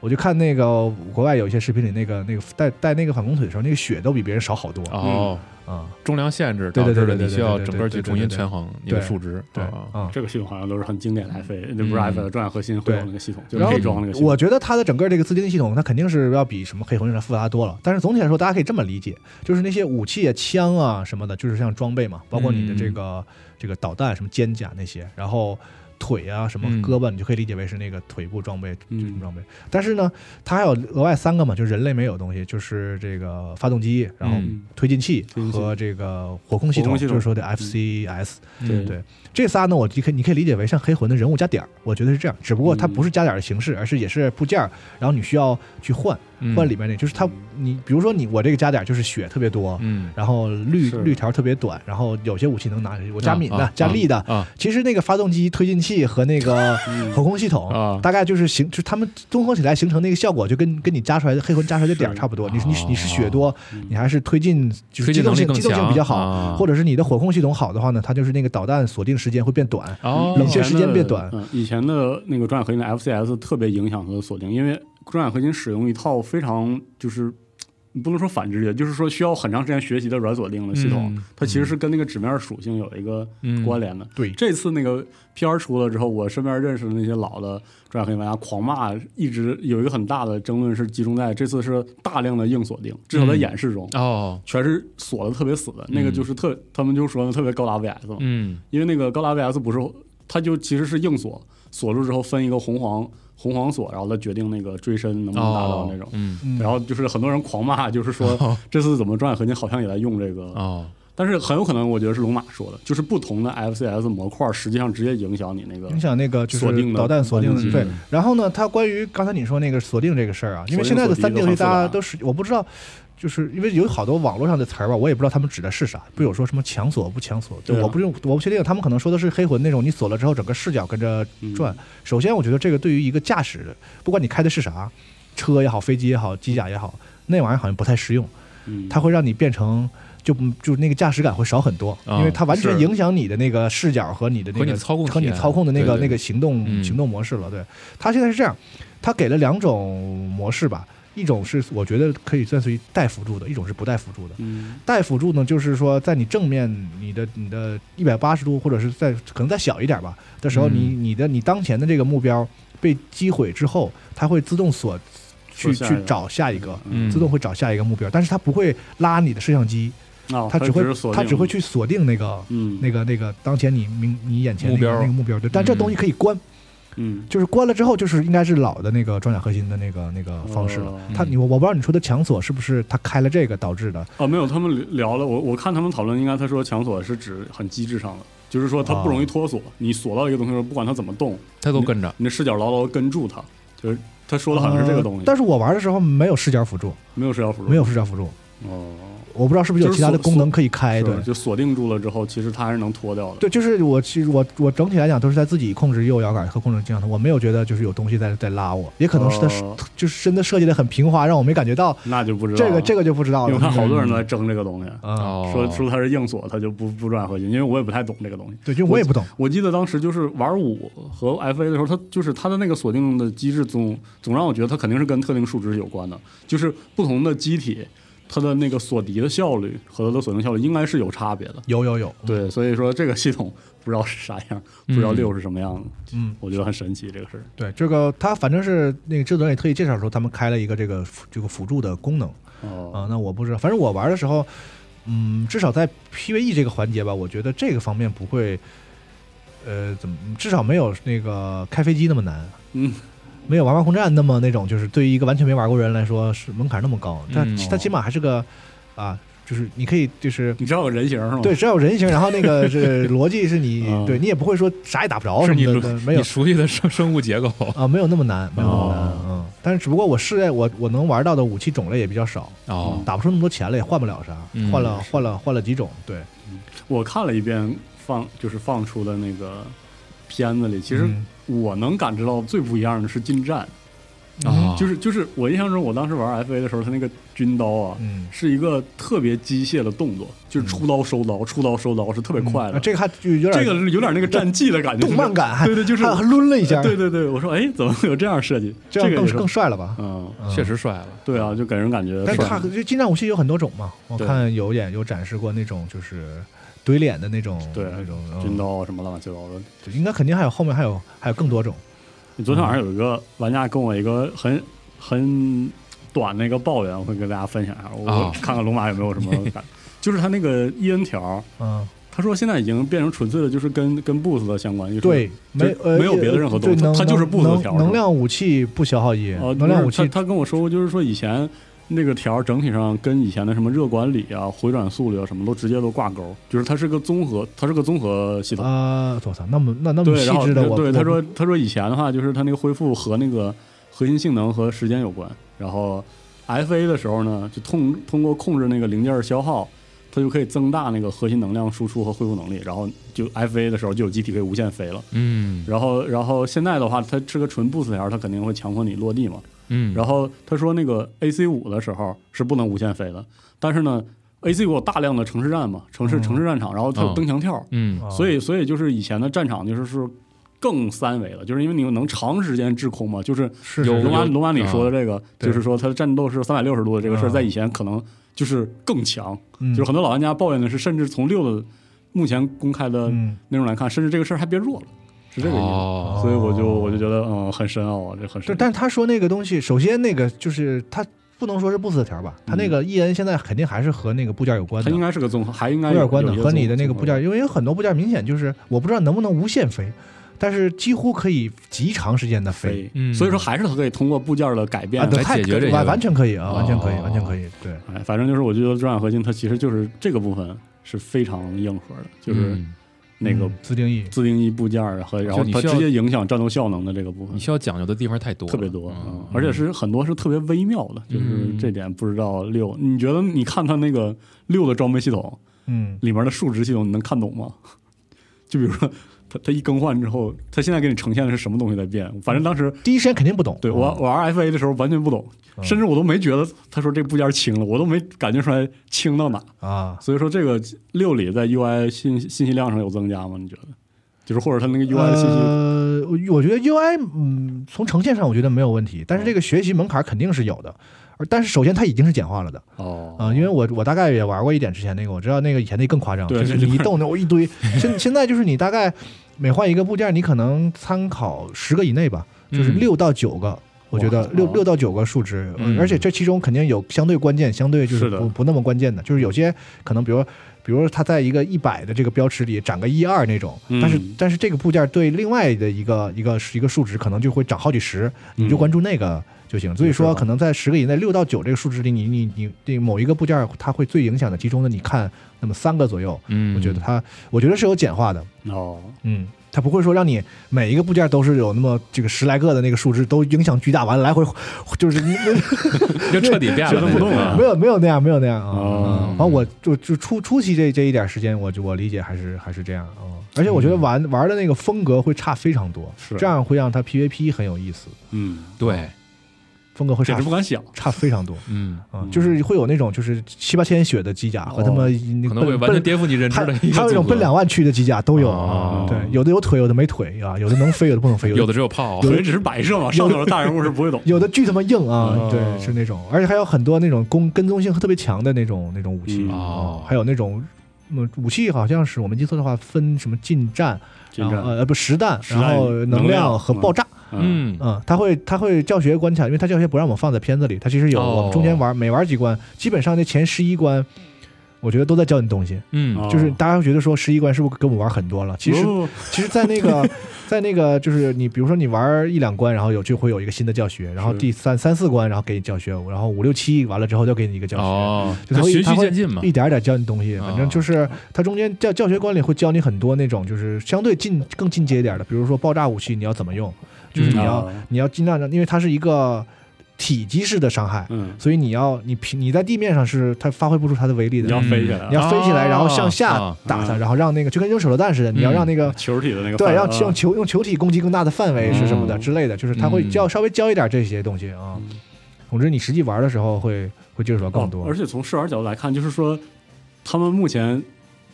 [SPEAKER 1] 我就看那个国外有一些视频里那个那个带带那个反光腿的时候，那个血都比别人少好多啊
[SPEAKER 2] 哦，
[SPEAKER 1] 啊、
[SPEAKER 2] 重量限制
[SPEAKER 1] 对
[SPEAKER 2] 导
[SPEAKER 1] 对
[SPEAKER 2] 致
[SPEAKER 1] 对
[SPEAKER 2] 了
[SPEAKER 1] 对
[SPEAKER 2] 你
[SPEAKER 1] 对
[SPEAKER 2] 需要
[SPEAKER 1] 对对
[SPEAKER 2] 整个去
[SPEAKER 1] 对对
[SPEAKER 2] 重新
[SPEAKER 1] 对
[SPEAKER 2] 权衡你的
[SPEAKER 1] 对
[SPEAKER 2] 数值。
[SPEAKER 1] 对
[SPEAKER 2] 啊
[SPEAKER 1] 啊。
[SPEAKER 3] 这个系统好像都是很经典的 FA，那不是
[SPEAKER 2] 嗯
[SPEAKER 3] FA 专业核心会有那个系统，就是
[SPEAKER 1] 然后
[SPEAKER 3] 可以装那个系统。
[SPEAKER 1] 我觉得它的整个这个自定义系统，它肯定是要比什么黑魂要复杂多了。但是总体来说，大家可以这么理解，就是那些武器啊、枪啊什么的，就是像装备嘛，包括你的这
[SPEAKER 3] 嗯
[SPEAKER 1] 个、这个导弹、什么肩甲那些，然后腿啊、什么
[SPEAKER 2] 嗯
[SPEAKER 1] 胳膊，你就可以理解为是那个腿部装备、
[SPEAKER 3] 嗯
[SPEAKER 1] 这种装备。但是呢，它还有额外三个嘛，就是人类没有的东西，就是这个发动机，然后
[SPEAKER 2] 嗯
[SPEAKER 1] 推进器
[SPEAKER 3] 推进器
[SPEAKER 1] 和这个火控系
[SPEAKER 3] 火
[SPEAKER 1] 统，
[SPEAKER 3] 控系
[SPEAKER 1] 就
[SPEAKER 3] 统
[SPEAKER 1] 是说的 FCS。
[SPEAKER 2] 嗯
[SPEAKER 1] 对这仨呢，我你可以你可以理解为像黑魂的人物加点儿，我觉得是这样，只不过
[SPEAKER 2] 嗯
[SPEAKER 1] 它不是加点儿的形式，而是也是部件儿，然后你需要去换
[SPEAKER 2] 嗯
[SPEAKER 1] 换里面那，就是它你比如说你我这个加点儿就是血特别多，
[SPEAKER 2] 嗯，
[SPEAKER 1] 然后绿
[SPEAKER 3] 是
[SPEAKER 1] 绿条特别短，然后有些武器能拿，我加
[SPEAKER 2] 啊
[SPEAKER 1] 敏的、
[SPEAKER 2] 啊
[SPEAKER 1] 加力的，
[SPEAKER 2] 啊，
[SPEAKER 1] 其实那个发动机、推进器和那
[SPEAKER 2] (laughs)
[SPEAKER 1] 个
[SPEAKER 3] 嗯
[SPEAKER 1] 火控系统。
[SPEAKER 2] 啊
[SPEAKER 1] 大概就是形，就是他们综合起来形成那个效果，就跟跟你加出来的黑魂加出来的点儿
[SPEAKER 3] 是
[SPEAKER 1] 差不多。你是你是你是血
[SPEAKER 2] 哦
[SPEAKER 1] 多，
[SPEAKER 3] 嗯
[SPEAKER 1] 你还是推进就是机
[SPEAKER 2] 推进
[SPEAKER 1] 动
[SPEAKER 2] 能力
[SPEAKER 1] 性
[SPEAKER 2] 更
[SPEAKER 1] 机动性
[SPEAKER 2] 强
[SPEAKER 1] 比较好，
[SPEAKER 2] 啊
[SPEAKER 1] 或者是你的火控系统好的话呢，它就是那个导弹锁定时间会变短。
[SPEAKER 2] 哦，
[SPEAKER 1] 冷却时间变短
[SPEAKER 3] 嗯，以前的那个专业核心的 FCS 特别影响它的锁定，因为专业核心使用一套非常就是。不能说反直觉，就是说需要很长时间学习的软锁定的系统，
[SPEAKER 2] 嗯
[SPEAKER 3] 它其实是跟那个纸面属性有一个
[SPEAKER 2] 嗯
[SPEAKER 3] 关联的。
[SPEAKER 1] 对
[SPEAKER 3] 这次那个片儿出了之后，我身边认识的那些老的专业黑玩家狂骂，一直有一个很大的争论是集中在这次是大量的硬锁定，至少在
[SPEAKER 2] 嗯
[SPEAKER 3] 演示中、
[SPEAKER 2] 哦，
[SPEAKER 3] 全是锁的特别死的，那个
[SPEAKER 2] 嗯
[SPEAKER 3] 就是特他们就说的特别高达 VS 嘛，
[SPEAKER 2] 嗯
[SPEAKER 3] 因为那个高达 VS 不是它就其实是硬锁，锁住之后分一个红黄红黄锁，然后它决定那个追身能不能达到
[SPEAKER 2] 哦
[SPEAKER 3] 那种。
[SPEAKER 2] 嗯
[SPEAKER 1] 嗯
[SPEAKER 3] 然后就是很多人狂骂，就是说、
[SPEAKER 1] 哦
[SPEAKER 3] 这次怎么专业合金好像也在用这个，
[SPEAKER 2] 哦
[SPEAKER 3] 但是很有可能我觉得是龙马说的，就是不同的 FCS 模块实际上直接影响你那个
[SPEAKER 1] 影响那个就
[SPEAKER 3] 锁定
[SPEAKER 1] 是
[SPEAKER 3] 的
[SPEAKER 1] 导弹锁定
[SPEAKER 3] 发动机
[SPEAKER 1] 对
[SPEAKER 3] 嗯。
[SPEAKER 1] 然后呢，它关于刚才你说那个锁定这个事儿啊，因为
[SPEAKER 3] 锁定
[SPEAKER 1] 现在的
[SPEAKER 3] 锁
[SPEAKER 1] 三
[SPEAKER 3] 敌
[SPEAKER 1] D 游
[SPEAKER 3] 都
[SPEAKER 1] 戏
[SPEAKER 3] 很复
[SPEAKER 1] 大家
[SPEAKER 3] 杂
[SPEAKER 1] 都是我不知道，就是因为有好多网络上的词儿吧，我也不知道他们指的是啥。不有说什么强锁不强锁，就
[SPEAKER 3] 对啊
[SPEAKER 1] 我不用我不确定，他们可能说的是黑魂那种，你锁了之后整个视角跟着
[SPEAKER 3] 嗯
[SPEAKER 1] 转。首先，我觉得这个对于一个驾驶，不管你开的是啥车也好，飞机也好，机甲也好，那玩意儿好像不太实用。
[SPEAKER 3] 嗯，
[SPEAKER 1] 它会让你变成就就那个驾驶感会少很多，
[SPEAKER 2] 啊
[SPEAKER 1] 因为它完全
[SPEAKER 3] 是
[SPEAKER 1] 影响你的那个视角和你的那
[SPEAKER 2] 和
[SPEAKER 1] 个
[SPEAKER 2] 你操控
[SPEAKER 1] 和你
[SPEAKER 2] 体验
[SPEAKER 1] 操控的那个
[SPEAKER 2] 对对
[SPEAKER 1] 那个行动、
[SPEAKER 2] 嗯
[SPEAKER 1] 行动模式了。对，它现在是这样，它给了两种模式吧，一种是我觉得可以算是带辅助的，一种是不带辅助的。
[SPEAKER 3] 嗯
[SPEAKER 1] 带辅助呢，就是说在你正面你的你的一百八十度，或者是在可能再小一点吧的时候，
[SPEAKER 2] 嗯
[SPEAKER 1] 你你的你当前的这个目标被击毁之后，它会自动锁去
[SPEAKER 3] 锁下一
[SPEAKER 1] 去
[SPEAKER 3] 个
[SPEAKER 1] 找下一个。
[SPEAKER 2] 嗯，
[SPEAKER 1] 自动会找下一个目标，但是它不会拉你的摄像机，
[SPEAKER 3] 啊，
[SPEAKER 1] 它只会
[SPEAKER 3] 是锁定
[SPEAKER 1] 它只会去锁定那个
[SPEAKER 3] 嗯
[SPEAKER 1] 那个那个当前你明你眼前那
[SPEAKER 2] 目
[SPEAKER 1] 个
[SPEAKER 2] 标
[SPEAKER 1] 那个目标对，但这东西可以关，
[SPEAKER 3] 嗯
[SPEAKER 1] 就是关了之后就是应该是老的那个装甲核心的那个那个方式了
[SPEAKER 3] 哦。
[SPEAKER 1] 它你我我不知道你说的强锁是不是它开了这个导致的，
[SPEAKER 3] 啊没有，他们聊了，我我看他们讨论，应该他说强锁是指很机制上的，就是说它
[SPEAKER 1] 哦
[SPEAKER 3] 不容易脱锁，你锁到一个东西的时候，不管它怎么动，
[SPEAKER 2] 它都跟着
[SPEAKER 3] 你的视角牢牢地跟住它，就是他说的好像是这个东西，
[SPEAKER 1] 呃但是我玩的时候没有视角辅助，
[SPEAKER 3] 没有视角辅助，
[SPEAKER 1] 没有视角辅助，
[SPEAKER 3] 哦，
[SPEAKER 1] 我不知道是不是有
[SPEAKER 3] 就是
[SPEAKER 1] 其他的
[SPEAKER 3] 锁
[SPEAKER 1] 功能可以开
[SPEAKER 3] 是
[SPEAKER 1] 哎对。
[SPEAKER 3] 就锁定住了之后，其实它还是能脱掉的，
[SPEAKER 1] 对，就是我其实我我整体来讲都是在自己控制右摇杆和控制这样的，我没有觉得就是有东西在在拉我，也可能是它
[SPEAKER 3] 哦
[SPEAKER 1] 就是真的设计的很平滑，让我没感觉到。
[SPEAKER 3] 那就不知道
[SPEAKER 1] 这个
[SPEAKER 3] 了
[SPEAKER 1] 这个嗯就不知道
[SPEAKER 3] 因
[SPEAKER 1] 了。
[SPEAKER 3] 为我看好多人都在争这个东西，
[SPEAKER 1] 啊，
[SPEAKER 2] 哦，
[SPEAKER 3] 说说它是硬锁，它就不不转核心，因为我也不太懂这个东西。
[SPEAKER 1] 对，就我也不懂。
[SPEAKER 3] 我记得当时就是玩五和 FA 的时候，它就是它的那个锁定的机制总总让我觉得它肯定是跟特定数值有关的，就是不同的机体，它的那个锁敌的效率和它的锁定效率应该是有差别
[SPEAKER 2] 哦
[SPEAKER 3] 的。
[SPEAKER 1] 有有有，
[SPEAKER 3] 对，所以说这个系统不知道是啥样，不知道
[SPEAKER 2] 嗯
[SPEAKER 3] 六是什么样的，
[SPEAKER 1] 嗯，
[SPEAKER 3] 我觉得很神奇这个事儿。
[SPEAKER 1] 对，这个他反正是那个制作人也特意介绍说，他们开了一个这个辅这个辅助的功能啊
[SPEAKER 3] 哦，。
[SPEAKER 1] 那我不知道，反正我玩的时候，嗯，至少在 PVE 这个环节吧，我觉得这个方面不会，呃，怎么至少没有那个开飞机那么难。
[SPEAKER 3] 嗯，
[SPEAKER 1] 没有《玩玩空战》那么那种，就是对于一个完全没玩过人来说是门槛那么高，但
[SPEAKER 2] 嗯
[SPEAKER 1] 它起码还是个啊，就是你可以就是
[SPEAKER 3] 你知道有人形是吗？
[SPEAKER 1] 对，，只要有人形，然后那个
[SPEAKER 3] (laughs)
[SPEAKER 1] 是逻辑是你
[SPEAKER 3] 啊
[SPEAKER 1] 对你也不会说啥也打不着
[SPEAKER 2] 是
[SPEAKER 1] 什
[SPEAKER 2] 你
[SPEAKER 1] 么的，对没有
[SPEAKER 2] 你熟悉的生生物结构，
[SPEAKER 1] 啊，没有那么难，没有那么难，
[SPEAKER 3] 哦
[SPEAKER 1] 嗯。但是只不过我试验我我能玩到的武器种类也比较少，
[SPEAKER 2] 哦，
[SPEAKER 1] 打不出那么多钱来，也换不了啥，
[SPEAKER 2] 嗯
[SPEAKER 1] 换了
[SPEAKER 3] 是
[SPEAKER 1] 换了换了几种，对，
[SPEAKER 3] 我看了一遍放就是放出的那个片子里，其实
[SPEAKER 1] 嗯
[SPEAKER 3] 我能感知到最不一样的是近战，
[SPEAKER 2] 啊，
[SPEAKER 3] 就是就是我印象中，我当时玩 FA 的时候，他那个军刀啊，
[SPEAKER 1] 嗯，
[SPEAKER 3] 是一个特别机械的动作，就是出刀收刀，出刀收刀是特别快的。
[SPEAKER 1] 啊这个还就有点
[SPEAKER 3] 这个是有点那个战绩的感觉，
[SPEAKER 1] 动漫感，还
[SPEAKER 3] 对对，就是
[SPEAKER 1] 还还抡了一下，
[SPEAKER 3] 对对对，我说哎，怎么有这样设计？
[SPEAKER 1] 这样
[SPEAKER 3] 个也
[SPEAKER 1] 更
[SPEAKER 3] 是
[SPEAKER 1] 更帅了吧？
[SPEAKER 3] 嗯，
[SPEAKER 1] 嗯
[SPEAKER 2] 确，实帅了。
[SPEAKER 3] 对啊，就给人感觉
[SPEAKER 1] 但是
[SPEAKER 3] 帅
[SPEAKER 1] 它就近战武器有很多种嘛，我
[SPEAKER 3] 对
[SPEAKER 1] 看有演有展示过那种就是怼脸的那种，
[SPEAKER 3] 对
[SPEAKER 1] 那种嗯
[SPEAKER 3] 军刀啊什么乱七八糟的。
[SPEAKER 1] 就应该肯定还有后面还有还有更多种，
[SPEAKER 3] 你昨天晚上有一个玩家跟我一个很很短的一个抱怨，我会跟大家分享一下，我
[SPEAKER 2] 啊
[SPEAKER 3] 看看龙马有没有什么感。就是他那个 E N 条，
[SPEAKER 1] 嗯，
[SPEAKER 3] 他说现在已经变成纯粹的，就是跟跟 boost 的相关，就是
[SPEAKER 1] 对，没呃
[SPEAKER 3] 没有别的任何
[SPEAKER 1] 对
[SPEAKER 3] 动作
[SPEAKER 1] 能
[SPEAKER 3] 它就是
[SPEAKER 1] 能
[SPEAKER 3] 步骤
[SPEAKER 1] 能
[SPEAKER 3] 条是吧
[SPEAKER 1] 能量武器不消耗一，
[SPEAKER 3] 哦，
[SPEAKER 1] 能量武
[SPEAKER 3] 不是
[SPEAKER 1] 器
[SPEAKER 3] 他他跟我说过，就是说以前那个条儿整体上跟以前的什么热管理啊、回转速率啊什么都直接都挂钩，就是它是个综合，它是个综合系统。
[SPEAKER 1] 啊，我操，那么那那么
[SPEAKER 3] 对，
[SPEAKER 1] 细
[SPEAKER 3] 然后
[SPEAKER 1] 致的我，
[SPEAKER 3] 对
[SPEAKER 1] 我
[SPEAKER 3] 他说他说以前的话就是它那个恢复和那个核心性能和时间有关，然后 FA 的时候呢，就通通过控制那个零件儿消耗。它就可以增大那个核心能量输出和恢复能力，然后就 FA 的时候就有机体可以无限飞了。
[SPEAKER 2] 嗯
[SPEAKER 3] 然后，然后现在的话，它是个纯 boost 条儿，它肯定会强迫你落地嘛。
[SPEAKER 2] 嗯，
[SPEAKER 3] 然后他说那个 AC 五的时候是不能无限飞的，但是呢，AC 五有大量的城市站嘛，城市、
[SPEAKER 1] 嗯
[SPEAKER 3] 城市战场，然后它有蹬墙跳，
[SPEAKER 2] 嗯
[SPEAKER 1] 啊
[SPEAKER 3] 所以所以就是以前的战场就是是更三维了，就是因为你能长时间滞空嘛，就是
[SPEAKER 1] 是
[SPEAKER 2] 有
[SPEAKER 1] 是
[SPEAKER 3] 龙马
[SPEAKER 2] 有
[SPEAKER 3] 龙马里
[SPEAKER 2] 啊
[SPEAKER 3] 说的这个，
[SPEAKER 1] 对
[SPEAKER 3] 就是说它的战斗是三百六十度的这个事儿，
[SPEAKER 1] 啊
[SPEAKER 3] 在以前可能就是更强，
[SPEAKER 1] 嗯
[SPEAKER 3] 就是很多老玩家抱怨的是，甚至从六的目前公开的
[SPEAKER 1] 嗯
[SPEAKER 3] 内容来看，甚至这个事儿还变弱了，是这个意思。
[SPEAKER 2] 哦
[SPEAKER 3] 所以我就我就觉得嗯很深奥啊，这很
[SPEAKER 1] 就
[SPEAKER 3] 深。
[SPEAKER 1] 但是他说那个东西，首先那个就是他不能说是不死条吧，他那个 E N 现在肯定还是和那个部件有关
[SPEAKER 3] 它
[SPEAKER 1] 的
[SPEAKER 3] 应。该是个综合，还应该
[SPEAKER 1] 有点关的，和你的那个部
[SPEAKER 3] 部
[SPEAKER 1] 件，
[SPEAKER 3] 件。
[SPEAKER 1] 因为有很多部件明显就是我不知道能不能无限飞，但是几乎可以极长时间的飞
[SPEAKER 3] 飞，
[SPEAKER 2] 嗯
[SPEAKER 3] 所以说还是可以通过部件的改变
[SPEAKER 1] 啊，对，
[SPEAKER 2] 来
[SPEAKER 1] 太
[SPEAKER 2] 解决这些
[SPEAKER 1] 完
[SPEAKER 2] 问题
[SPEAKER 1] 完全可以啊，完全可以，
[SPEAKER 2] 哦
[SPEAKER 1] 完全可以，对，
[SPEAKER 3] 哎，反正就是我觉得转转核心它其实就是这个部分是非常硬核的，就是
[SPEAKER 2] 嗯
[SPEAKER 3] 那个
[SPEAKER 1] 嗯自定义，
[SPEAKER 3] 自定义部件儿和然后
[SPEAKER 2] 就你
[SPEAKER 3] 它
[SPEAKER 2] 需要
[SPEAKER 3] 直接影响战斗效能的这个部分
[SPEAKER 2] 你需要讲究的地方太多了，
[SPEAKER 3] 特别多，嗯
[SPEAKER 1] 啊
[SPEAKER 2] 嗯，
[SPEAKER 3] 而且是很多是特别微妙的，就是
[SPEAKER 2] 嗯
[SPEAKER 3] 这点不知道六，你觉得你看它那个六的装备系统
[SPEAKER 1] 嗯，
[SPEAKER 3] 里面的数值系统，你能看懂吗？就比如说它它一更换之后，它现在给你呈现的是什么东西在变？反正当时
[SPEAKER 1] 第一时间肯定不懂，
[SPEAKER 3] 对我
[SPEAKER 2] 嗯
[SPEAKER 3] 我玩 FA 的时候完全不懂，
[SPEAKER 1] 嗯
[SPEAKER 3] 甚至我都没觉得他说这部件轻了，我都没感觉出来轻到哪。
[SPEAKER 1] 啊，
[SPEAKER 3] 所以说这个六里在 UI 信信息量上有增加吗？你觉得？就是或者它那个 UI 的信息，
[SPEAKER 1] 呃，我我觉得 UI，嗯，从呈现上我觉得没有问题，但是这个学习门槛肯定是有的。而但是首先它已经是简化了的
[SPEAKER 3] 哦
[SPEAKER 1] 啊、因为我我大概也玩过一点之前那个，我知道那个以前那更夸张，
[SPEAKER 3] 对
[SPEAKER 1] 就是
[SPEAKER 3] 对
[SPEAKER 1] 你一动那我一堆，现现在就是你大概每换一个部件，你可能参考十个以内吧，就是
[SPEAKER 2] 嗯
[SPEAKER 1] 六到九个。我觉得
[SPEAKER 3] 哇
[SPEAKER 1] 六六到九个数值，
[SPEAKER 2] 嗯
[SPEAKER 1] 而且这其中肯定有相对关键，相对就是
[SPEAKER 3] 是的
[SPEAKER 1] 不不那么关键的，就是有些可能，比如比如它在一个一百的这个标尺里涨个一二那种，
[SPEAKER 3] 嗯
[SPEAKER 1] 但是但是这个部件对另外的一个一个一个数值可能就会涨好几十，你
[SPEAKER 3] 嗯
[SPEAKER 1] 就关注那个就行。所以
[SPEAKER 3] 是
[SPEAKER 1] 说，
[SPEAKER 3] 的
[SPEAKER 1] 可能在十个以内，六到九这个数值里，你你你对某一个部件它会最影响的集中的，你看那么三个左右，
[SPEAKER 2] 嗯，
[SPEAKER 1] 我觉得它我觉得是有简化的，
[SPEAKER 3] 哦，
[SPEAKER 1] 嗯，它不会说让你每一个部件都是有那么这个十来个的那个数值都影响巨大，完了来回就是你
[SPEAKER 2] 就彻底变了，
[SPEAKER 3] 觉得不动了
[SPEAKER 1] 没有没有那 (laughs) 样没有那样啊
[SPEAKER 3] 哦。
[SPEAKER 1] 反正我就就初初期这这一点时间，我就我理解还是还是这样啊。而且我觉得玩玩的那个风格会差非常多，
[SPEAKER 3] 嗯是
[SPEAKER 1] 这样会让它 PVP 很有意思，
[SPEAKER 3] 嗯，
[SPEAKER 2] 对，
[SPEAKER 1] 风格会
[SPEAKER 3] 简
[SPEAKER 1] 差
[SPEAKER 3] 直不敢想。
[SPEAKER 1] 差非常多。
[SPEAKER 2] 嗯，哦
[SPEAKER 1] 啊，
[SPEAKER 3] 嗯
[SPEAKER 1] 就是会有那种就是七八千血的机甲和他们那
[SPEAKER 2] 可
[SPEAKER 1] 个
[SPEAKER 2] 能会
[SPEAKER 1] 奔
[SPEAKER 2] 完全
[SPEAKER 1] 奔，
[SPEAKER 2] 颠覆你认知
[SPEAKER 1] 还
[SPEAKER 2] 的一个
[SPEAKER 1] 还有一种
[SPEAKER 2] 组合
[SPEAKER 1] 奔两万去的机甲都有
[SPEAKER 2] 哦
[SPEAKER 1] 啊，对，有的有腿，有的没腿啊，有的能飞，有的不能飞，
[SPEAKER 2] 有
[SPEAKER 1] 的
[SPEAKER 2] 的只有炮，啊
[SPEAKER 3] 有人只是摆设嘛，上头的大人物是不会懂。
[SPEAKER 1] 有的巨他妈硬啊
[SPEAKER 2] 哦，
[SPEAKER 1] 对，是那种，而且还有很多那种攻跟踪性特别强的那种那种武器
[SPEAKER 3] 嗯
[SPEAKER 1] 啊
[SPEAKER 2] 哦，
[SPEAKER 1] 还有那种。嗯，武器好像是我没记错的话，分什么近战，
[SPEAKER 3] 近
[SPEAKER 1] 然后
[SPEAKER 3] 战，
[SPEAKER 1] 呃不实弹，
[SPEAKER 3] 实弹
[SPEAKER 1] 然后能
[SPEAKER 3] 能量
[SPEAKER 1] 和
[SPEAKER 3] 嗯
[SPEAKER 1] 爆炸，
[SPEAKER 2] 嗯
[SPEAKER 1] 嗯，他会他会教学关卡，因为他教学不让我们放在片子里，他其实有、
[SPEAKER 2] 哦
[SPEAKER 1] 我们中间玩每玩几关，基本上那前十一关，我觉得都在教你东西。
[SPEAKER 2] 嗯
[SPEAKER 3] 哦
[SPEAKER 1] 就是大家会觉得说十一关是不是跟我们玩很多了？其实、
[SPEAKER 3] 不
[SPEAKER 1] 其实，在那个在那个就是你比如说你玩一两关，然后有就会有一个新的教学，然后
[SPEAKER 3] 是
[SPEAKER 1] 第三三四关然后给你教学，然后五六七完了之后又给你一个教学。
[SPEAKER 2] 哦，
[SPEAKER 1] 就它
[SPEAKER 2] 就
[SPEAKER 1] 会
[SPEAKER 2] 循
[SPEAKER 1] 它
[SPEAKER 2] 序
[SPEAKER 1] 会嗯
[SPEAKER 2] 渐进嘛，
[SPEAKER 1] 一点一点教你东西，反正就是它中间教教学观里会教你很多那种就是相对进更进阶一点的，比如说爆炸武器你要怎么用，就是你要
[SPEAKER 3] 嗯
[SPEAKER 1] 你要尽量的，因为它是一个体积式的伤害，
[SPEAKER 3] 嗯，
[SPEAKER 1] 所以你要你平你在地面上是它发挥不出它的威力
[SPEAKER 3] 你
[SPEAKER 1] 的，
[SPEAKER 3] 要
[SPEAKER 2] 嗯
[SPEAKER 3] 飞起来
[SPEAKER 1] 你
[SPEAKER 3] 啊，
[SPEAKER 1] 要飞起来，然后向下
[SPEAKER 2] 啊
[SPEAKER 1] 打它，
[SPEAKER 3] 啊嗯
[SPEAKER 1] 然后让那个就跟扔手榴弹似的，你要让那个
[SPEAKER 3] 球体的那个
[SPEAKER 1] 对，
[SPEAKER 3] 范
[SPEAKER 1] 让
[SPEAKER 3] 围啊
[SPEAKER 1] 用球用球体攻击更大的范围是什么的
[SPEAKER 3] 嗯
[SPEAKER 1] 之类的，就是它会
[SPEAKER 2] 嗯
[SPEAKER 1] 教稍微教一点这些东西啊。
[SPEAKER 3] 嗯
[SPEAKER 1] 总之，你实际玩的时候会会接触到更
[SPEAKER 3] 哦
[SPEAKER 1] 多。
[SPEAKER 3] 而且从试玩角度来看，就是说他们目前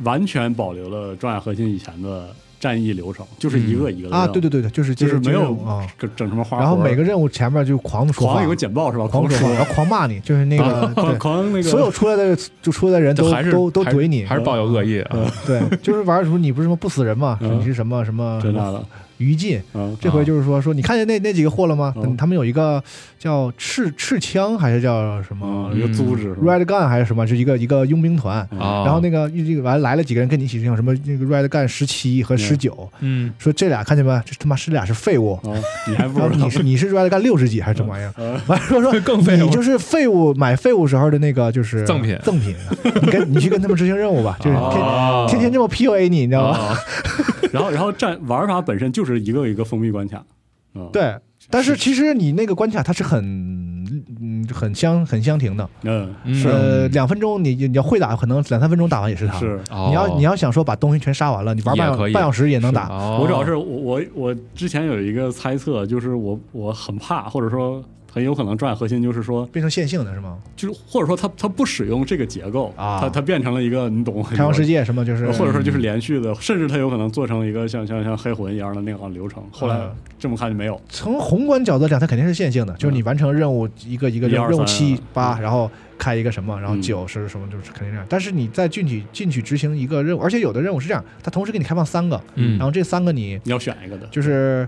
[SPEAKER 3] 完全保留了装甲核心以前的战役流程，就是一个一个的
[SPEAKER 1] 啊，
[SPEAKER 3] 任务
[SPEAKER 1] 对对对对，就是
[SPEAKER 3] 就是
[SPEAKER 1] 接
[SPEAKER 3] 没有
[SPEAKER 1] 接任务啊。
[SPEAKER 3] 整整什么花活，
[SPEAKER 1] 然后每个任务前面就狂说
[SPEAKER 3] 狂
[SPEAKER 1] 话
[SPEAKER 3] 有，个简报是吧？
[SPEAKER 1] 狂说
[SPEAKER 3] 说
[SPEAKER 1] 话，然后狂骂你，就是那
[SPEAKER 3] (laughs)
[SPEAKER 1] 个
[SPEAKER 3] 狂
[SPEAKER 1] 对，
[SPEAKER 3] 狂那个
[SPEAKER 1] 所有出来的就出来的人
[SPEAKER 2] 就
[SPEAKER 1] 都
[SPEAKER 2] 还是
[SPEAKER 1] 都都
[SPEAKER 2] 还是
[SPEAKER 1] 怼你嗯
[SPEAKER 2] 还，是抱有恶意啊。
[SPEAKER 1] 对，就是玩的时候你不是什么不死人嘛，
[SPEAKER 3] 嗯
[SPEAKER 1] 你是什么什么
[SPEAKER 3] 真的了，
[SPEAKER 1] 于禁，
[SPEAKER 3] 嗯，
[SPEAKER 1] 啊这回就是说说你看见那那几个货了吗？
[SPEAKER 3] 嗯
[SPEAKER 1] 他们有一个叫赤赤枪还是叫什么
[SPEAKER 3] 嗯，一个组织是吧
[SPEAKER 1] Red Gun 还是什么，是一个一个佣兵团。
[SPEAKER 3] 啊，
[SPEAKER 2] 啊，
[SPEAKER 1] 嗯然后那个这个完来了几个人跟你一起用什么那个 Red Gun 十七和十九，
[SPEAKER 2] 嗯
[SPEAKER 1] 说这俩看见没？这他妈是俩是废物。
[SPEAKER 3] 啊你还
[SPEAKER 1] 嗯
[SPEAKER 3] 不
[SPEAKER 1] 然后
[SPEAKER 3] 知
[SPEAKER 1] 你
[SPEAKER 3] 道
[SPEAKER 1] 是你是 Red Gun 六十几还是什么玩意儿？
[SPEAKER 3] 嗯
[SPEAKER 1] 完了说说
[SPEAKER 2] 更废物
[SPEAKER 1] 你就是废物买废物时候的那个就是
[SPEAKER 2] 赠品
[SPEAKER 1] 赠品。啊你跟你去跟他们执行任务吧，就是天
[SPEAKER 2] 啊
[SPEAKER 1] 天天这么 PUA 你，你知道吗？
[SPEAKER 2] 啊
[SPEAKER 3] (laughs) 然后然后战玩法本身就是一个一个封闭关卡，嗯，
[SPEAKER 1] (laughs) 对，但是其实你那个关卡它是很嗯很相很相庭的，
[SPEAKER 3] 嗯
[SPEAKER 2] 嗯
[SPEAKER 1] 呃，两分钟你你要会打，可能两三分钟打完也是它。
[SPEAKER 3] 是。
[SPEAKER 1] 你要
[SPEAKER 2] 哦
[SPEAKER 1] 你要想说把东西全杀完了，你玩半
[SPEAKER 2] 也可以
[SPEAKER 1] 半小时也能打。
[SPEAKER 2] 哦
[SPEAKER 3] 我主要是我我我之前有一个猜测，就是我我很怕，或者说很有可能转核心，就是说，
[SPEAKER 1] 变成线性的是吗？
[SPEAKER 3] 就是或者说它它不使用这个结构，
[SPEAKER 1] 啊
[SPEAKER 3] 它它变成了一个你懂呃
[SPEAKER 1] 开放世界什么就是
[SPEAKER 3] 或者说就是连续的，甚至它有可能做成一个像像像黑魂一样的那样流程。后来
[SPEAKER 1] 嗯
[SPEAKER 3] 这么看就没有，
[SPEAKER 1] 从宏观角度讲，它肯定是线性的，就是你完成任务一个一个
[SPEAKER 3] 一
[SPEAKER 1] 任
[SPEAKER 3] 二
[SPEAKER 1] 务任务
[SPEAKER 3] 三
[SPEAKER 1] 七八，
[SPEAKER 3] 嗯
[SPEAKER 1] 然后开一个什么，然后
[SPEAKER 3] 嗯
[SPEAKER 1] 九是什么，就是肯定这样。但是你在进去进去执行一个任务，而且有的任务是这样，它同时给你开放三个，
[SPEAKER 2] 嗯
[SPEAKER 1] 然后这三个你
[SPEAKER 3] 你要选一个的，
[SPEAKER 1] 就是。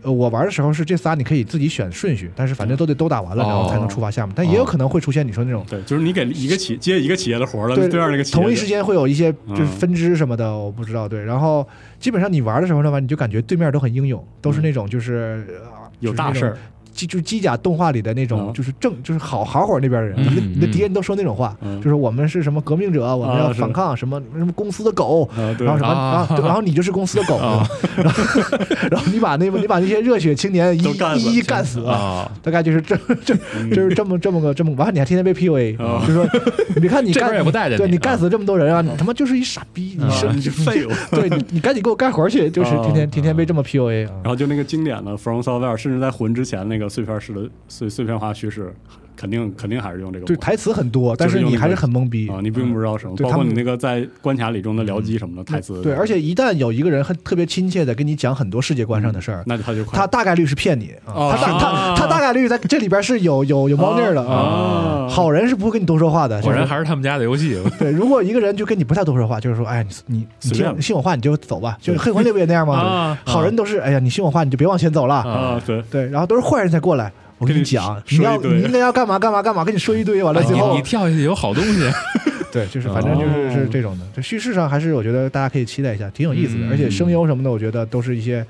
[SPEAKER 1] 呃，我玩的时候是这仨，你可以自己选顺序，但是反正都得都打完
[SPEAKER 3] 哦
[SPEAKER 1] 了，然后才能触发下面。但也有可能会出现你说那种，
[SPEAKER 3] 对，就是你给一个企接一个企业的活儿了，对面那个企业
[SPEAKER 1] 同一时间会有一些
[SPEAKER 3] 嗯
[SPEAKER 1] 就是分支什么的，我不知道。对，然后基本上你玩的时候呢吧，你就感觉对面都很英勇，都是那种就是、呃
[SPEAKER 3] 嗯有大事，
[SPEAKER 1] 就是那
[SPEAKER 3] 儿
[SPEAKER 1] 种，机就机甲动画里的那种，
[SPEAKER 3] 嗯
[SPEAKER 1] 就是正就是好好伙那边的人，你
[SPEAKER 2] 嗯
[SPEAKER 1] 的
[SPEAKER 2] 嗯
[SPEAKER 1] 你的敌人都说那种话，
[SPEAKER 3] 嗯啊
[SPEAKER 1] 就是我们是什么革命者，我们要
[SPEAKER 3] 是
[SPEAKER 1] 反抗什么什么公司的狗。
[SPEAKER 3] 啊，对
[SPEAKER 1] 然后什么
[SPEAKER 2] 啊
[SPEAKER 1] 对然后你就是公司的狗，
[SPEAKER 2] 啊
[SPEAKER 1] 对吧 (laughs) 然后然后你把那你把那些热血青年一
[SPEAKER 3] 都干死
[SPEAKER 1] 一一干死，
[SPEAKER 2] 啊，
[SPEAKER 1] 大概就是这 (laughs) 这
[SPEAKER 3] 嗯
[SPEAKER 1] 就是这么这么个这么，完了你还天天被 PUA，
[SPEAKER 3] 啊
[SPEAKER 1] 就说你看你
[SPEAKER 2] 这边
[SPEAKER 1] 干
[SPEAKER 2] 也不待见
[SPEAKER 1] 对
[SPEAKER 2] 你
[SPEAKER 1] 你干死这么多人啊，你他妈就是一傻逼，你
[SPEAKER 2] 啊
[SPEAKER 1] 是
[SPEAKER 3] 啊你是废物。
[SPEAKER 1] 对你你赶紧给我干活去，就是天天天天被这么 PUA 啊
[SPEAKER 3] (laughs) 然。后就那个经典的 From Software，甚至在魂之前那个碎片式的碎碎片化叙事，肯定肯定还是用这个
[SPEAKER 1] 对，
[SPEAKER 3] 模
[SPEAKER 1] 台词很多，但
[SPEAKER 3] 就是
[SPEAKER 1] 是
[SPEAKER 3] 用
[SPEAKER 1] 你
[SPEAKER 3] 那
[SPEAKER 1] 还是
[SPEAKER 3] 个
[SPEAKER 1] 很懵逼
[SPEAKER 3] 啊，你并不知道什么，
[SPEAKER 1] 对
[SPEAKER 3] 包
[SPEAKER 1] 他
[SPEAKER 3] 括
[SPEAKER 1] 们嗯
[SPEAKER 3] 你那个在关卡里中的僚机什么的台词，
[SPEAKER 1] 对，而且一旦有一个人很特别亲切的跟你讲很多世界观上的事儿，
[SPEAKER 3] 那他就快
[SPEAKER 1] 他大概率是骗你，啊
[SPEAKER 2] 哦
[SPEAKER 1] 他大他他大概率在这里边是有有有猫腻儿的啊。
[SPEAKER 3] 啊，
[SPEAKER 1] 好人是不会跟你多说话的，
[SPEAKER 2] 果然
[SPEAKER 1] 就是
[SPEAKER 2] 还是他们家的游戏，
[SPEAKER 1] 对。如果一个人就跟你不太多说话，就是说，哎，你你你
[SPEAKER 3] 随便
[SPEAKER 1] 听信我话你就走吧，就是黑魂里不也那样吗
[SPEAKER 2] 啊？
[SPEAKER 1] 对好人都是，哎呀，你信我话你就别往前走了，
[SPEAKER 3] 啊，
[SPEAKER 2] (laughs)
[SPEAKER 3] 对，
[SPEAKER 1] 对，然后都是坏人才过来。我跟你讲，
[SPEAKER 3] 跟你
[SPEAKER 1] 你要
[SPEAKER 3] 说一堆
[SPEAKER 1] 你应该要干嘛干嘛干嘛，跟你说一堆，完了
[SPEAKER 2] 哎
[SPEAKER 1] 最
[SPEAKER 2] 你
[SPEAKER 1] 后
[SPEAKER 2] 你跳下去有好东
[SPEAKER 1] (laughs)
[SPEAKER 2] 西，
[SPEAKER 1] 对，就是反正就是是这种的。这叙事上还是我觉得大家可以期待一下，挺有意思的，
[SPEAKER 2] 嗯
[SPEAKER 1] 而且声优什么的，我觉得都是一些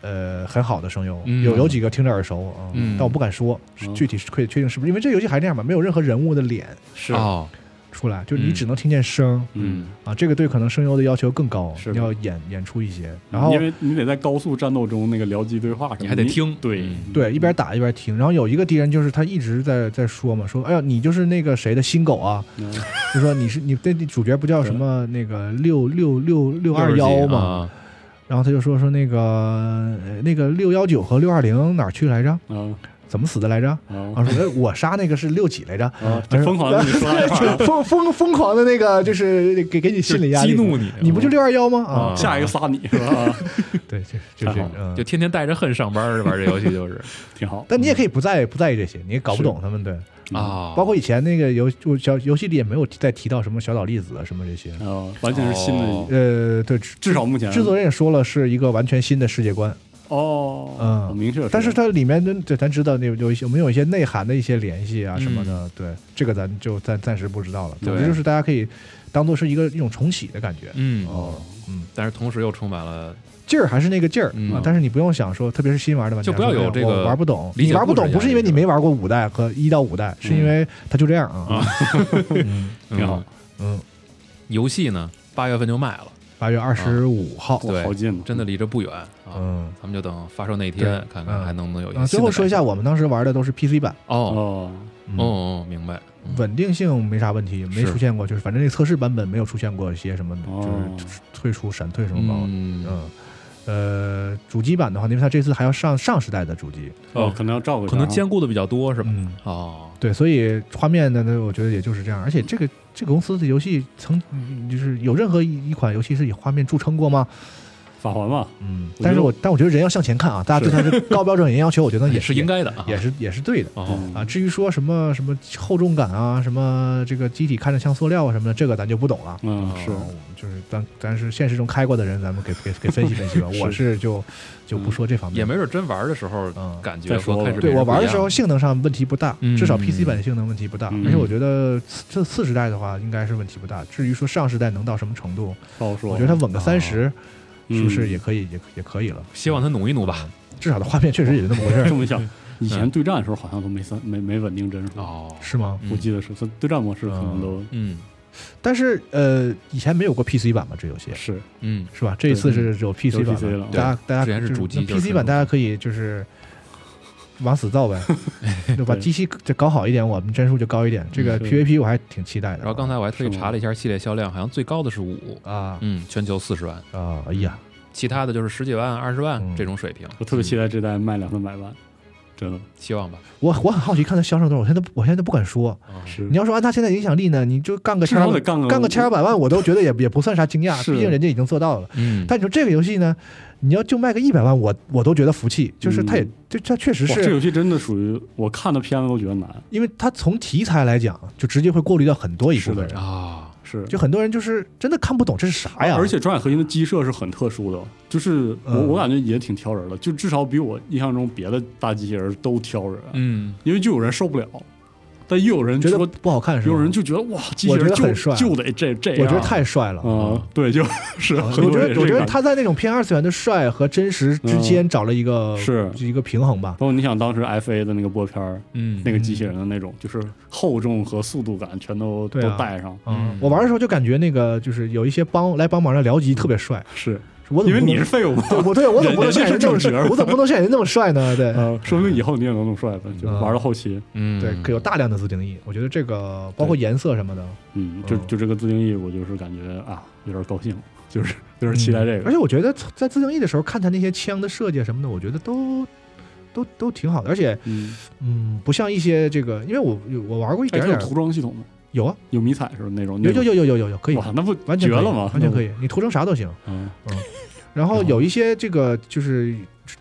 [SPEAKER 1] 呃很好的声优，
[SPEAKER 2] 嗯
[SPEAKER 1] 有有几个听着耳熟啊，
[SPEAKER 2] 嗯
[SPEAKER 1] 但我不敢说
[SPEAKER 3] 嗯
[SPEAKER 1] 具体是可以确定是不是，因为这游戏还是那样吧，没有任何人物的脸
[SPEAKER 3] 是，
[SPEAKER 2] 哦，
[SPEAKER 1] 出来，就是你
[SPEAKER 2] 嗯
[SPEAKER 1] 只能听见声。
[SPEAKER 3] 啊嗯。
[SPEAKER 1] 啊，这个对可能声优的要求更高，
[SPEAKER 3] 是
[SPEAKER 1] 你要演演出一些，然后
[SPEAKER 3] 因为你得在高速战斗中那个僚机对话什么的，
[SPEAKER 2] 你还得听
[SPEAKER 3] 对
[SPEAKER 2] 嗯
[SPEAKER 1] 对一边打一边听，然后有一个敌人就是他一直在在说嘛，说哎呀你就是那个谁的新狗啊，
[SPEAKER 3] 嗯
[SPEAKER 1] 就说你是你对你主角不叫什么那个六六六六二幺嘛，
[SPEAKER 2] 嘛，
[SPEAKER 1] 然后他就说说那个呃那个六幺九和六二零哪儿去来着？
[SPEAKER 3] 啊
[SPEAKER 1] 怎么死的来着？
[SPEAKER 3] 啊
[SPEAKER 1] 啊，说哎我杀那个是六几来着？
[SPEAKER 3] 啊！就疯
[SPEAKER 1] (laughs)
[SPEAKER 3] 狂的你说哎那话，
[SPEAKER 1] 疯疯疯狂的那个就是给给你心理压力，
[SPEAKER 2] 激怒你，
[SPEAKER 1] 你不就六二幺吗？
[SPEAKER 2] 啊
[SPEAKER 1] 啊，
[SPEAKER 3] 下一个杀你是
[SPEAKER 1] (laughs)
[SPEAKER 3] 吧？啊
[SPEAKER 1] 对，就就
[SPEAKER 3] 太
[SPEAKER 1] 是
[SPEAKER 3] 好
[SPEAKER 1] 嗯
[SPEAKER 2] 就，天天带着恨上班玩这
[SPEAKER 1] (laughs)
[SPEAKER 2] 游戏就是
[SPEAKER 3] 挺好。嗯
[SPEAKER 1] 但你也可以不在不在意这些，你也搞不懂他们对。嗯
[SPEAKER 2] 啊，
[SPEAKER 1] 包括以前那个游就小游戏里也没有再提到什么小岛粒子啊什么这些。
[SPEAKER 3] 啊，完全是新
[SPEAKER 2] 哦
[SPEAKER 3] 的，
[SPEAKER 1] 呃，对，制
[SPEAKER 3] 至少目前
[SPEAKER 1] 制作人也说了是一个完全新的世界观，
[SPEAKER 3] 哦，
[SPEAKER 1] 嗯
[SPEAKER 3] 很明确。
[SPEAKER 1] 但是它里面的对咱知道那有有一些有没有一些内涵的一些联系啊什么
[SPEAKER 2] 嗯
[SPEAKER 1] 的，对这个咱就暂暂时不知道了。
[SPEAKER 3] 对
[SPEAKER 1] 总之就是大家可以当做是一个一种重启的感觉，
[SPEAKER 2] 嗯，
[SPEAKER 3] 哦，
[SPEAKER 1] 嗯，
[SPEAKER 2] 但是同时又充满了
[SPEAKER 1] 劲儿还是那个劲儿
[SPEAKER 2] 嗯
[SPEAKER 1] 啊，但是你不用想说，特别是新玩的玩家，
[SPEAKER 2] 就不要有
[SPEAKER 1] 说哎
[SPEAKER 2] 这个
[SPEAKER 1] 我玩不懂，
[SPEAKER 2] 理解
[SPEAKER 1] 你玩不
[SPEAKER 2] 故
[SPEAKER 1] 懂
[SPEAKER 2] 事
[SPEAKER 1] 不是因为
[SPEAKER 2] 压力嗯
[SPEAKER 1] 你没玩过五代和一到五代，是因为它就这 (laughs) 样啊。嗯
[SPEAKER 2] 挺
[SPEAKER 3] 好，
[SPEAKER 1] 嗯，
[SPEAKER 2] 游戏呢，八月份就卖了，
[SPEAKER 1] 八月二十五号。
[SPEAKER 3] 哇
[SPEAKER 2] 啊对
[SPEAKER 3] 好近呢，
[SPEAKER 2] 真的离这不远啊。
[SPEAKER 1] 嗯，
[SPEAKER 2] 咱们就等发售
[SPEAKER 1] 对
[SPEAKER 2] 那天，看看
[SPEAKER 1] 嗯
[SPEAKER 2] 还能不能有一
[SPEAKER 1] 啊，
[SPEAKER 2] 个。
[SPEAKER 1] 最后说一下，，我们当时玩的都是 PC 版，
[SPEAKER 2] 哦，
[SPEAKER 3] 哦，
[SPEAKER 1] 嗯
[SPEAKER 2] 哦哦，明白。嗯
[SPEAKER 1] 稳定性没啥问题，没
[SPEAKER 2] 是
[SPEAKER 1] 出现过，就是反正那测试版本没有出现过一些什么，
[SPEAKER 3] 哦
[SPEAKER 1] 就是退出、闪退什么包的。
[SPEAKER 2] 嗯，
[SPEAKER 1] 嗯，呃，主机版的话，因为它这次还要上上时代的主机，
[SPEAKER 3] 哦，可能要照顾一下
[SPEAKER 2] 可
[SPEAKER 3] 啊，
[SPEAKER 2] 能兼顾的比较多是吧？
[SPEAKER 1] 嗯，
[SPEAKER 2] 哦，
[SPEAKER 1] 对，所以画面的呢，我觉得也就是这样。而且这个这个公司的游戏曾嗯就是有任何一一款游戏是以画面著称过吗？
[SPEAKER 3] 法环吧，
[SPEAKER 1] 嗯，
[SPEAKER 3] 我觉得
[SPEAKER 1] 但是我但我觉得人要向前看啊，大家对它是高标准严要求，我觉得
[SPEAKER 2] 也
[SPEAKER 1] 也
[SPEAKER 2] (laughs) 是应，该的啊，
[SPEAKER 1] 也是也是对的。
[SPEAKER 2] 哦，
[SPEAKER 1] 啊，至于说什么什么厚重感啊，什么这个机体看着像塑料啊什么的，这个咱就不懂了。
[SPEAKER 3] 嗯，是
[SPEAKER 1] 啊，就是咱咱是现实中开过的人，咱们给给给分析分析
[SPEAKER 2] (laughs)
[SPEAKER 1] 吧。我是就就不说这方面，
[SPEAKER 2] 嗯也没准真玩的时候
[SPEAKER 1] 嗯
[SPEAKER 2] 感觉
[SPEAKER 3] 再说
[SPEAKER 2] 和
[SPEAKER 3] 吧
[SPEAKER 2] 开始
[SPEAKER 1] 对
[SPEAKER 2] 别人
[SPEAKER 1] 我
[SPEAKER 2] 不一样
[SPEAKER 1] 玩的时候性能上问题不大，
[SPEAKER 2] 嗯
[SPEAKER 1] 至少 PC 版的性能问题不大，
[SPEAKER 3] 嗯
[SPEAKER 1] 而且我觉得次这次时代的话应该是问题不大。至于说上时代能到什么程度，
[SPEAKER 3] 不好说，
[SPEAKER 1] 我觉得它稳个三十、
[SPEAKER 3] 嗯
[SPEAKER 1] 是不是也可以也也可以了？
[SPEAKER 2] 啊希望他努一努吧。
[SPEAKER 1] 至少它画面确实也就那么回事
[SPEAKER 3] (laughs)
[SPEAKER 1] 儿，
[SPEAKER 3] 这
[SPEAKER 1] (laughs)
[SPEAKER 3] 么想，以前对战的时候好像都没三没没稳定帧数，
[SPEAKER 2] 哦，
[SPEAKER 1] 是吗？
[SPEAKER 2] 嗯
[SPEAKER 3] 我记得是，它对战模式可能都
[SPEAKER 2] 嗯
[SPEAKER 1] 但是呃，以前没有过 PC 版嘛，这游戏
[SPEAKER 3] 是
[SPEAKER 2] 嗯，
[SPEAKER 1] 是吧？这一次是有 PC 版
[SPEAKER 3] 有 PC 了
[SPEAKER 1] 大家大家
[SPEAKER 2] 之前是主机
[SPEAKER 1] 就是
[SPEAKER 2] 就是
[SPEAKER 1] PC 版，大家可以就是往死造呗，就把机器就搞好一点，我们帧数就高一点。这个
[SPEAKER 3] 是
[SPEAKER 1] PVP 我还挺期待的。
[SPEAKER 2] 然后刚才我还特意
[SPEAKER 3] 是吗
[SPEAKER 2] 查了一下系列销量，好像最高的是五，
[SPEAKER 1] 啊
[SPEAKER 2] 嗯，全球四十万，
[SPEAKER 1] 啊，哎呀，
[SPEAKER 2] 其他的就是十几万、二十万
[SPEAKER 1] 嗯
[SPEAKER 2] 这种水平。
[SPEAKER 3] 我特别期待这代卖两三百万，真的
[SPEAKER 2] 希望吧。
[SPEAKER 1] 我我很好奇看它销售多少，我现在都我现在都不敢说。
[SPEAKER 2] 哦
[SPEAKER 3] 是
[SPEAKER 1] 你。要说按它现在影响力呢，你就干个
[SPEAKER 3] 嗯至
[SPEAKER 1] 千
[SPEAKER 3] 少
[SPEAKER 1] 二
[SPEAKER 3] 得干个
[SPEAKER 1] 干个千二百万，我都觉得也也不算啥惊讶，
[SPEAKER 3] 是
[SPEAKER 1] 毕竟人家已经做到了。
[SPEAKER 2] 嗯，
[SPEAKER 1] 但你说这个游戏呢，你要就卖个一百万，我我都觉得服气，就是它也
[SPEAKER 3] 嗯
[SPEAKER 1] 这它确实
[SPEAKER 3] 哇，这
[SPEAKER 1] 是
[SPEAKER 3] 游戏真的属于我看的片子都觉得难，
[SPEAKER 1] 因为它从题材来讲，就直接会过滤掉很多一部分
[SPEAKER 3] 是
[SPEAKER 1] 人，
[SPEAKER 2] 啊，
[SPEAKER 3] 是
[SPEAKER 1] 就很多人就是真的看不懂这是啥哎呀，
[SPEAKER 3] 而且转海核心的机设是很特殊的，就是我、
[SPEAKER 1] 嗯
[SPEAKER 3] 我感觉也挺挑人的，就至少比我印象中别的大机器人都挑人，
[SPEAKER 2] 嗯，
[SPEAKER 3] 因为就有人受不了，但又有人
[SPEAKER 1] 觉得
[SPEAKER 3] 说，
[SPEAKER 1] 不好看是吧？
[SPEAKER 3] 有人就觉得哇，机器
[SPEAKER 1] 我
[SPEAKER 3] 人
[SPEAKER 1] 觉得
[SPEAKER 3] 就
[SPEAKER 1] 很帅啊
[SPEAKER 3] 就得这这样，
[SPEAKER 1] 我觉得太帅了。
[SPEAKER 3] 嗯，对，就是
[SPEAKER 1] 我
[SPEAKER 3] 很
[SPEAKER 1] 觉
[SPEAKER 3] 多人也
[SPEAKER 1] 得，
[SPEAKER 3] 是
[SPEAKER 1] 我
[SPEAKER 3] 这
[SPEAKER 1] 觉得
[SPEAKER 3] 个感觉
[SPEAKER 1] 他在那种偏二次元的帅和真实之间找了一个
[SPEAKER 3] 是
[SPEAKER 1] 一个平衡吧。
[SPEAKER 3] 包括你想当时 F A 的那个播片儿，
[SPEAKER 2] 嗯，
[SPEAKER 3] 那个机器人的那种，就是厚重和速度感全都、
[SPEAKER 1] 对
[SPEAKER 3] 都
[SPEAKER 1] 啊
[SPEAKER 3] 带上，
[SPEAKER 1] 嗯
[SPEAKER 2] 嗯，
[SPEAKER 1] 我玩的时候就感觉那个就是有一些帮来帮忙的僚机特别帅，
[SPEAKER 3] 是
[SPEAKER 1] 我怎
[SPEAKER 3] 因
[SPEAKER 1] 么
[SPEAKER 3] 为
[SPEAKER 1] 不
[SPEAKER 3] 你
[SPEAKER 1] 能
[SPEAKER 3] 是废物嘛。
[SPEAKER 1] 对，我对我怎么不能像人那么
[SPEAKER 3] 人家是正
[SPEAKER 1] 帅？
[SPEAKER 3] 直
[SPEAKER 1] 我怎么不能像人家那么帅呢？对
[SPEAKER 3] 呃，说不定以后你也能那么帅吧，就
[SPEAKER 1] 嗯
[SPEAKER 3] 玩到后期，
[SPEAKER 2] 嗯，
[SPEAKER 1] 对，可有大量的自定义，我觉得这个包括颜色什么的，
[SPEAKER 3] 嗯，就
[SPEAKER 1] 嗯
[SPEAKER 3] 就这个自定义，我就是感觉啊，有点高兴，就是有点期待这
[SPEAKER 1] 嗯而
[SPEAKER 3] 个。
[SPEAKER 1] 且我觉得在自定义的时候看他那些枪的设计什么的，我觉得都都都挺好的，而且
[SPEAKER 3] 嗯，
[SPEAKER 1] 嗯，不像一些这个，因为我我玩过一
[SPEAKER 3] 哎，
[SPEAKER 1] 点
[SPEAKER 3] 它
[SPEAKER 1] 点
[SPEAKER 3] 有，涂装系统吗？
[SPEAKER 1] 有啊，
[SPEAKER 3] 有迷彩是吧？那种
[SPEAKER 1] 有有有
[SPEAKER 3] 有
[SPEAKER 1] 有有有有可以，
[SPEAKER 3] 哇，那不
[SPEAKER 1] 完
[SPEAKER 3] 绝
[SPEAKER 1] 全可以
[SPEAKER 3] 了吗？
[SPEAKER 1] 完全可
[SPEAKER 3] 以。
[SPEAKER 1] 以，你涂成啥都行。
[SPEAKER 3] 嗯，
[SPEAKER 1] 然后有一些这个就是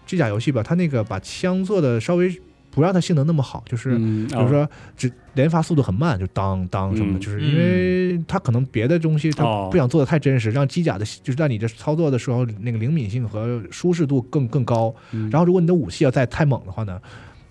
[SPEAKER 1] 机甲游戏吧，它那个把枪做的稍微不让它性能那么好，就是
[SPEAKER 3] 嗯
[SPEAKER 1] 比如
[SPEAKER 3] 啊
[SPEAKER 1] 说只连发速度很慢，就当当什么的，
[SPEAKER 3] 嗯
[SPEAKER 1] 就是因为它可能别的东西它
[SPEAKER 3] 哦
[SPEAKER 1] 不想做的太真实，让机甲的就是让你这操作的时候那个灵敏性和舒适度更更高。
[SPEAKER 3] 嗯
[SPEAKER 1] 然后如果你的武器要再太猛的话呢，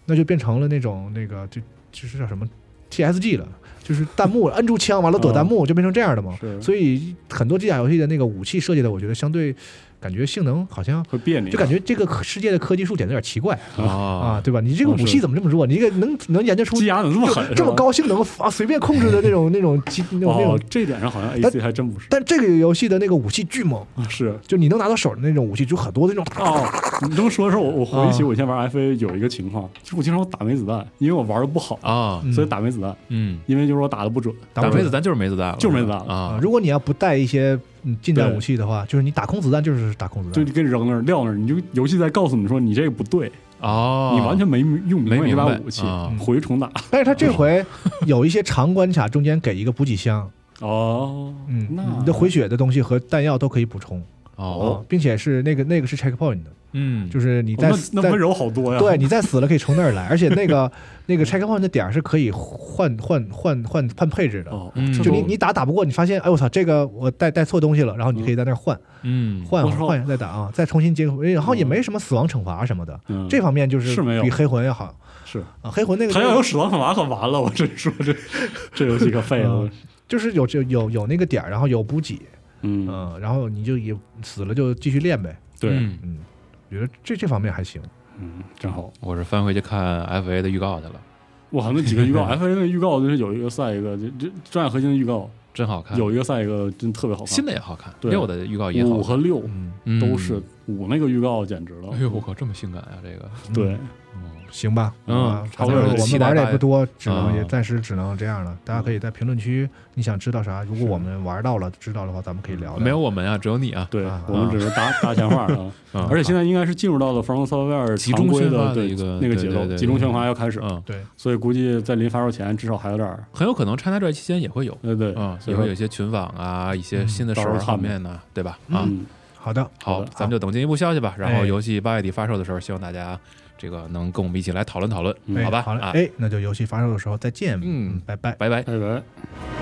[SPEAKER 1] 那就变成了那种那个就就是叫什么 TSG 了。就是弹幕摁住枪，完了躲弹幕，就变成这样的嘛。
[SPEAKER 3] 是
[SPEAKER 1] 所以很多机甲游戏的那个武器设计的，我觉得相对感觉性能好像
[SPEAKER 3] 会别扭，
[SPEAKER 1] 就感觉这个科世界的科技树点有点奇怪啊，
[SPEAKER 2] 啊，
[SPEAKER 1] 对吧？你这个
[SPEAKER 3] 哦
[SPEAKER 1] 武
[SPEAKER 3] 是
[SPEAKER 1] 器怎么这么弱？你这个能能研究
[SPEAKER 3] (laughs)
[SPEAKER 1] 出
[SPEAKER 3] 机牙怎么这么狠，
[SPEAKER 1] 这
[SPEAKER 3] 是
[SPEAKER 1] 么
[SPEAKER 3] 吧？
[SPEAKER 1] 高性能啊，随便控制的那种那种机那种那
[SPEAKER 3] 哦
[SPEAKER 1] 种。，
[SPEAKER 3] 这点上好像 A
[SPEAKER 1] 但
[SPEAKER 3] C 还真不是
[SPEAKER 1] 但这个游戏的那个武器巨猛，
[SPEAKER 3] 啊，是
[SPEAKER 1] 就你能拿到手的那种武器，就很多那种
[SPEAKER 3] 哦，你这么说的时候，我我回忆起
[SPEAKER 1] 啊
[SPEAKER 3] 我以前玩 F A 有一个情况，就是我经常打没子弹，因为我玩的不好，
[SPEAKER 2] 啊，
[SPEAKER 1] 嗯
[SPEAKER 3] 所以打没子弹，
[SPEAKER 2] 嗯，
[SPEAKER 3] 因为就是我打的不准。
[SPEAKER 1] 打
[SPEAKER 2] 打
[SPEAKER 1] 不
[SPEAKER 2] 没
[SPEAKER 1] 准
[SPEAKER 2] 子弹就是没子弹了，
[SPEAKER 3] 就是没子弹了
[SPEAKER 1] 啊
[SPEAKER 2] 啊。
[SPEAKER 1] 如果你要不带一些嗯近战
[SPEAKER 3] 对
[SPEAKER 1] 武器的话，就是你打空子弹就是打空子
[SPEAKER 3] 就
[SPEAKER 1] 弹
[SPEAKER 3] 你。给扔那儿撂那儿，你就游戏在告诉你说你这个不对，
[SPEAKER 2] 哦，
[SPEAKER 3] 你完全没用
[SPEAKER 2] 没
[SPEAKER 3] 白
[SPEAKER 2] 明
[SPEAKER 3] 那把
[SPEAKER 2] 白
[SPEAKER 3] 武器，
[SPEAKER 2] 啊
[SPEAKER 3] 回重打。
[SPEAKER 1] 但是他这回 (laughs) 有一些长关卡中间给一个补给箱，
[SPEAKER 3] 哦，
[SPEAKER 1] 嗯，
[SPEAKER 3] 那
[SPEAKER 1] 你的回血的东西和弹药都可以补充
[SPEAKER 2] 哦，
[SPEAKER 1] 啊并且是那个那个是 checkpoint 的，
[SPEAKER 2] 嗯，
[SPEAKER 1] 就是你
[SPEAKER 3] 哦
[SPEAKER 1] 在
[SPEAKER 3] 那那
[SPEAKER 1] 在
[SPEAKER 3] 温柔好多呀。
[SPEAKER 1] 对，你再死了可以从那儿
[SPEAKER 3] (laughs)
[SPEAKER 1] 来，而且那个那个 checkpoint 的点儿是可以换换换换换配置的。
[SPEAKER 3] 哦，
[SPEAKER 2] 嗯
[SPEAKER 3] 这
[SPEAKER 1] 就
[SPEAKER 3] 都
[SPEAKER 1] 你你打打不过，你发现哎我操，这个我带带错东西了，然后你可以在那儿换
[SPEAKER 2] 嗯，
[SPEAKER 1] 换
[SPEAKER 3] 我操
[SPEAKER 1] 换一下再打啊，再重新接回，然
[SPEAKER 3] 哦
[SPEAKER 1] 后也没什么死亡惩罚什么的，
[SPEAKER 3] 嗯
[SPEAKER 1] 这方面就是
[SPEAKER 3] 是没有
[SPEAKER 1] 比黑魂要好
[SPEAKER 3] 是
[SPEAKER 1] 啊。黑魂那
[SPEAKER 3] 他要有
[SPEAKER 1] 个
[SPEAKER 3] 死亡法可完了，我真说这 (laughs) 这游戏可废了
[SPEAKER 1] 嗯。就是有有有有那个点儿，然后有补给，
[SPEAKER 3] 嗯，
[SPEAKER 1] 嗯，然后你就也死了就继续练呗，
[SPEAKER 3] 对，
[SPEAKER 2] 嗯
[SPEAKER 1] 嗯，我觉得这这方面还行，
[SPEAKER 3] 嗯，真好。
[SPEAKER 2] 我是翻回去看 FA 的预告去了。
[SPEAKER 1] (laughs)
[SPEAKER 3] 哇，那几个预告，F A 那个预告就是有一个赛一个，这这《战核心》的预告，
[SPEAKER 2] 真好
[SPEAKER 1] 嗯
[SPEAKER 2] 看，
[SPEAKER 3] 有一个赛一个，真特别好看。
[SPEAKER 2] 新的也好看，
[SPEAKER 3] 对
[SPEAKER 2] 六的预告也好
[SPEAKER 3] 五
[SPEAKER 2] 看，
[SPEAKER 3] 和六
[SPEAKER 1] 嗯，
[SPEAKER 2] 嗯
[SPEAKER 3] 都是。五那个预告简直了
[SPEAKER 2] 哎，呦，我靠，这么性感啊！这个，
[SPEAKER 3] 对，
[SPEAKER 1] 嗯行吧，
[SPEAKER 2] 嗯
[SPEAKER 1] 啊
[SPEAKER 2] 差不多
[SPEAKER 1] 反正
[SPEAKER 2] 就
[SPEAKER 1] 我
[SPEAKER 2] 期
[SPEAKER 1] 们
[SPEAKER 2] 待
[SPEAKER 1] 玩的也
[SPEAKER 2] 吧
[SPEAKER 1] 不多，只能
[SPEAKER 2] 嗯
[SPEAKER 1] 也暂时只能这样了。大家可以在评论区，你想知道啥？如果我们玩到了知道的话，咱们可以聊聊。
[SPEAKER 2] 没有我们啊，只有你啊，
[SPEAKER 3] 对
[SPEAKER 1] 啊
[SPEAKER 3] 我们只是搭搭
[SPEAKER 1] (laughs)
[SPEAKER 3] 闲话啊。
[SPEAKER 2] 嗯
[SPEAKER 3] 而且现在应该是进入到了 From Software
[SPEAKER 2] 集
[SPEAKER 3] 常
[SPEAKER 2] 中
[SPEAKER 3] 规
[SPEAKER 2] 宣发的
[SPEAKER 3] 对啊
[SPEAKER 2] 一个
[SPEAKER 3] 那个
[SPEAKER 2] 对
[SPEAKER 3] 节
[SPEAKER 2] 对对
[SPEAKER 3] 奏，
[SPEAKER 2] 对
[SPEAKER 3] 集中宣发要开始，
[SPEAKER 2] 嗯，
[SPEAKER 1] 对，
[SPEAKER 3] 所以估计在临发售前至少还有点儿，
[SPEAKER 2] 很有可能 ChinaJoy 期间也会有，
[SPEAKER 3] 对对，
[SPEAKER 2] 嗯，
[SPEAKER 3] 所
[SPEAKER 2] 也
[SPEAKER 3] 啊以说
[SPEAKER 2] 会有一些群访啊，一些
[SPEAKER 1] 嗯
[SPEAKER 2] 新的
[SPEAKER 3] 到
[SPEAKER 2] 手
[SPEAKER 3] 时候
[SPEAKER 2] 玩
[SPEAKER 3] 看
[SPEAKER 2] 方
[SPEAKER 3] 呗
[SPEAKER 2] 面呢，对吧？啊，
[SPEAKER 3] 嗯，
[SPEAKER 1] 好的，
[SPEAKER 2] 好
[SPEAKER 3] 好的，
[SPEAKER 2] 咱们就等进一步消息吧。然后
[SPEAKER 1] 哎
[SPEAKER 2] 游戏八月底发售的时候，希望大家这个能跟我们一起来讨论讨论，
[SPEAKER 3] 嗯
[SPEAKER 1] 哎
[SPEAKER 2] 吧？
[SPEAKER 1] 好嘞，
[SPEAKER 2] 啊，
[SPEAKER 1] 哎，那就游戏发售的时候再见，
[SPEAKER 2] 嗯
[SPEAKER 1] 拜拜。
[SPEAKER 3] 啊
[SPEAKER 2] 拜拜。
[SPEAKER 3] 拜拜。
[SPEAKER 1] 拜拜。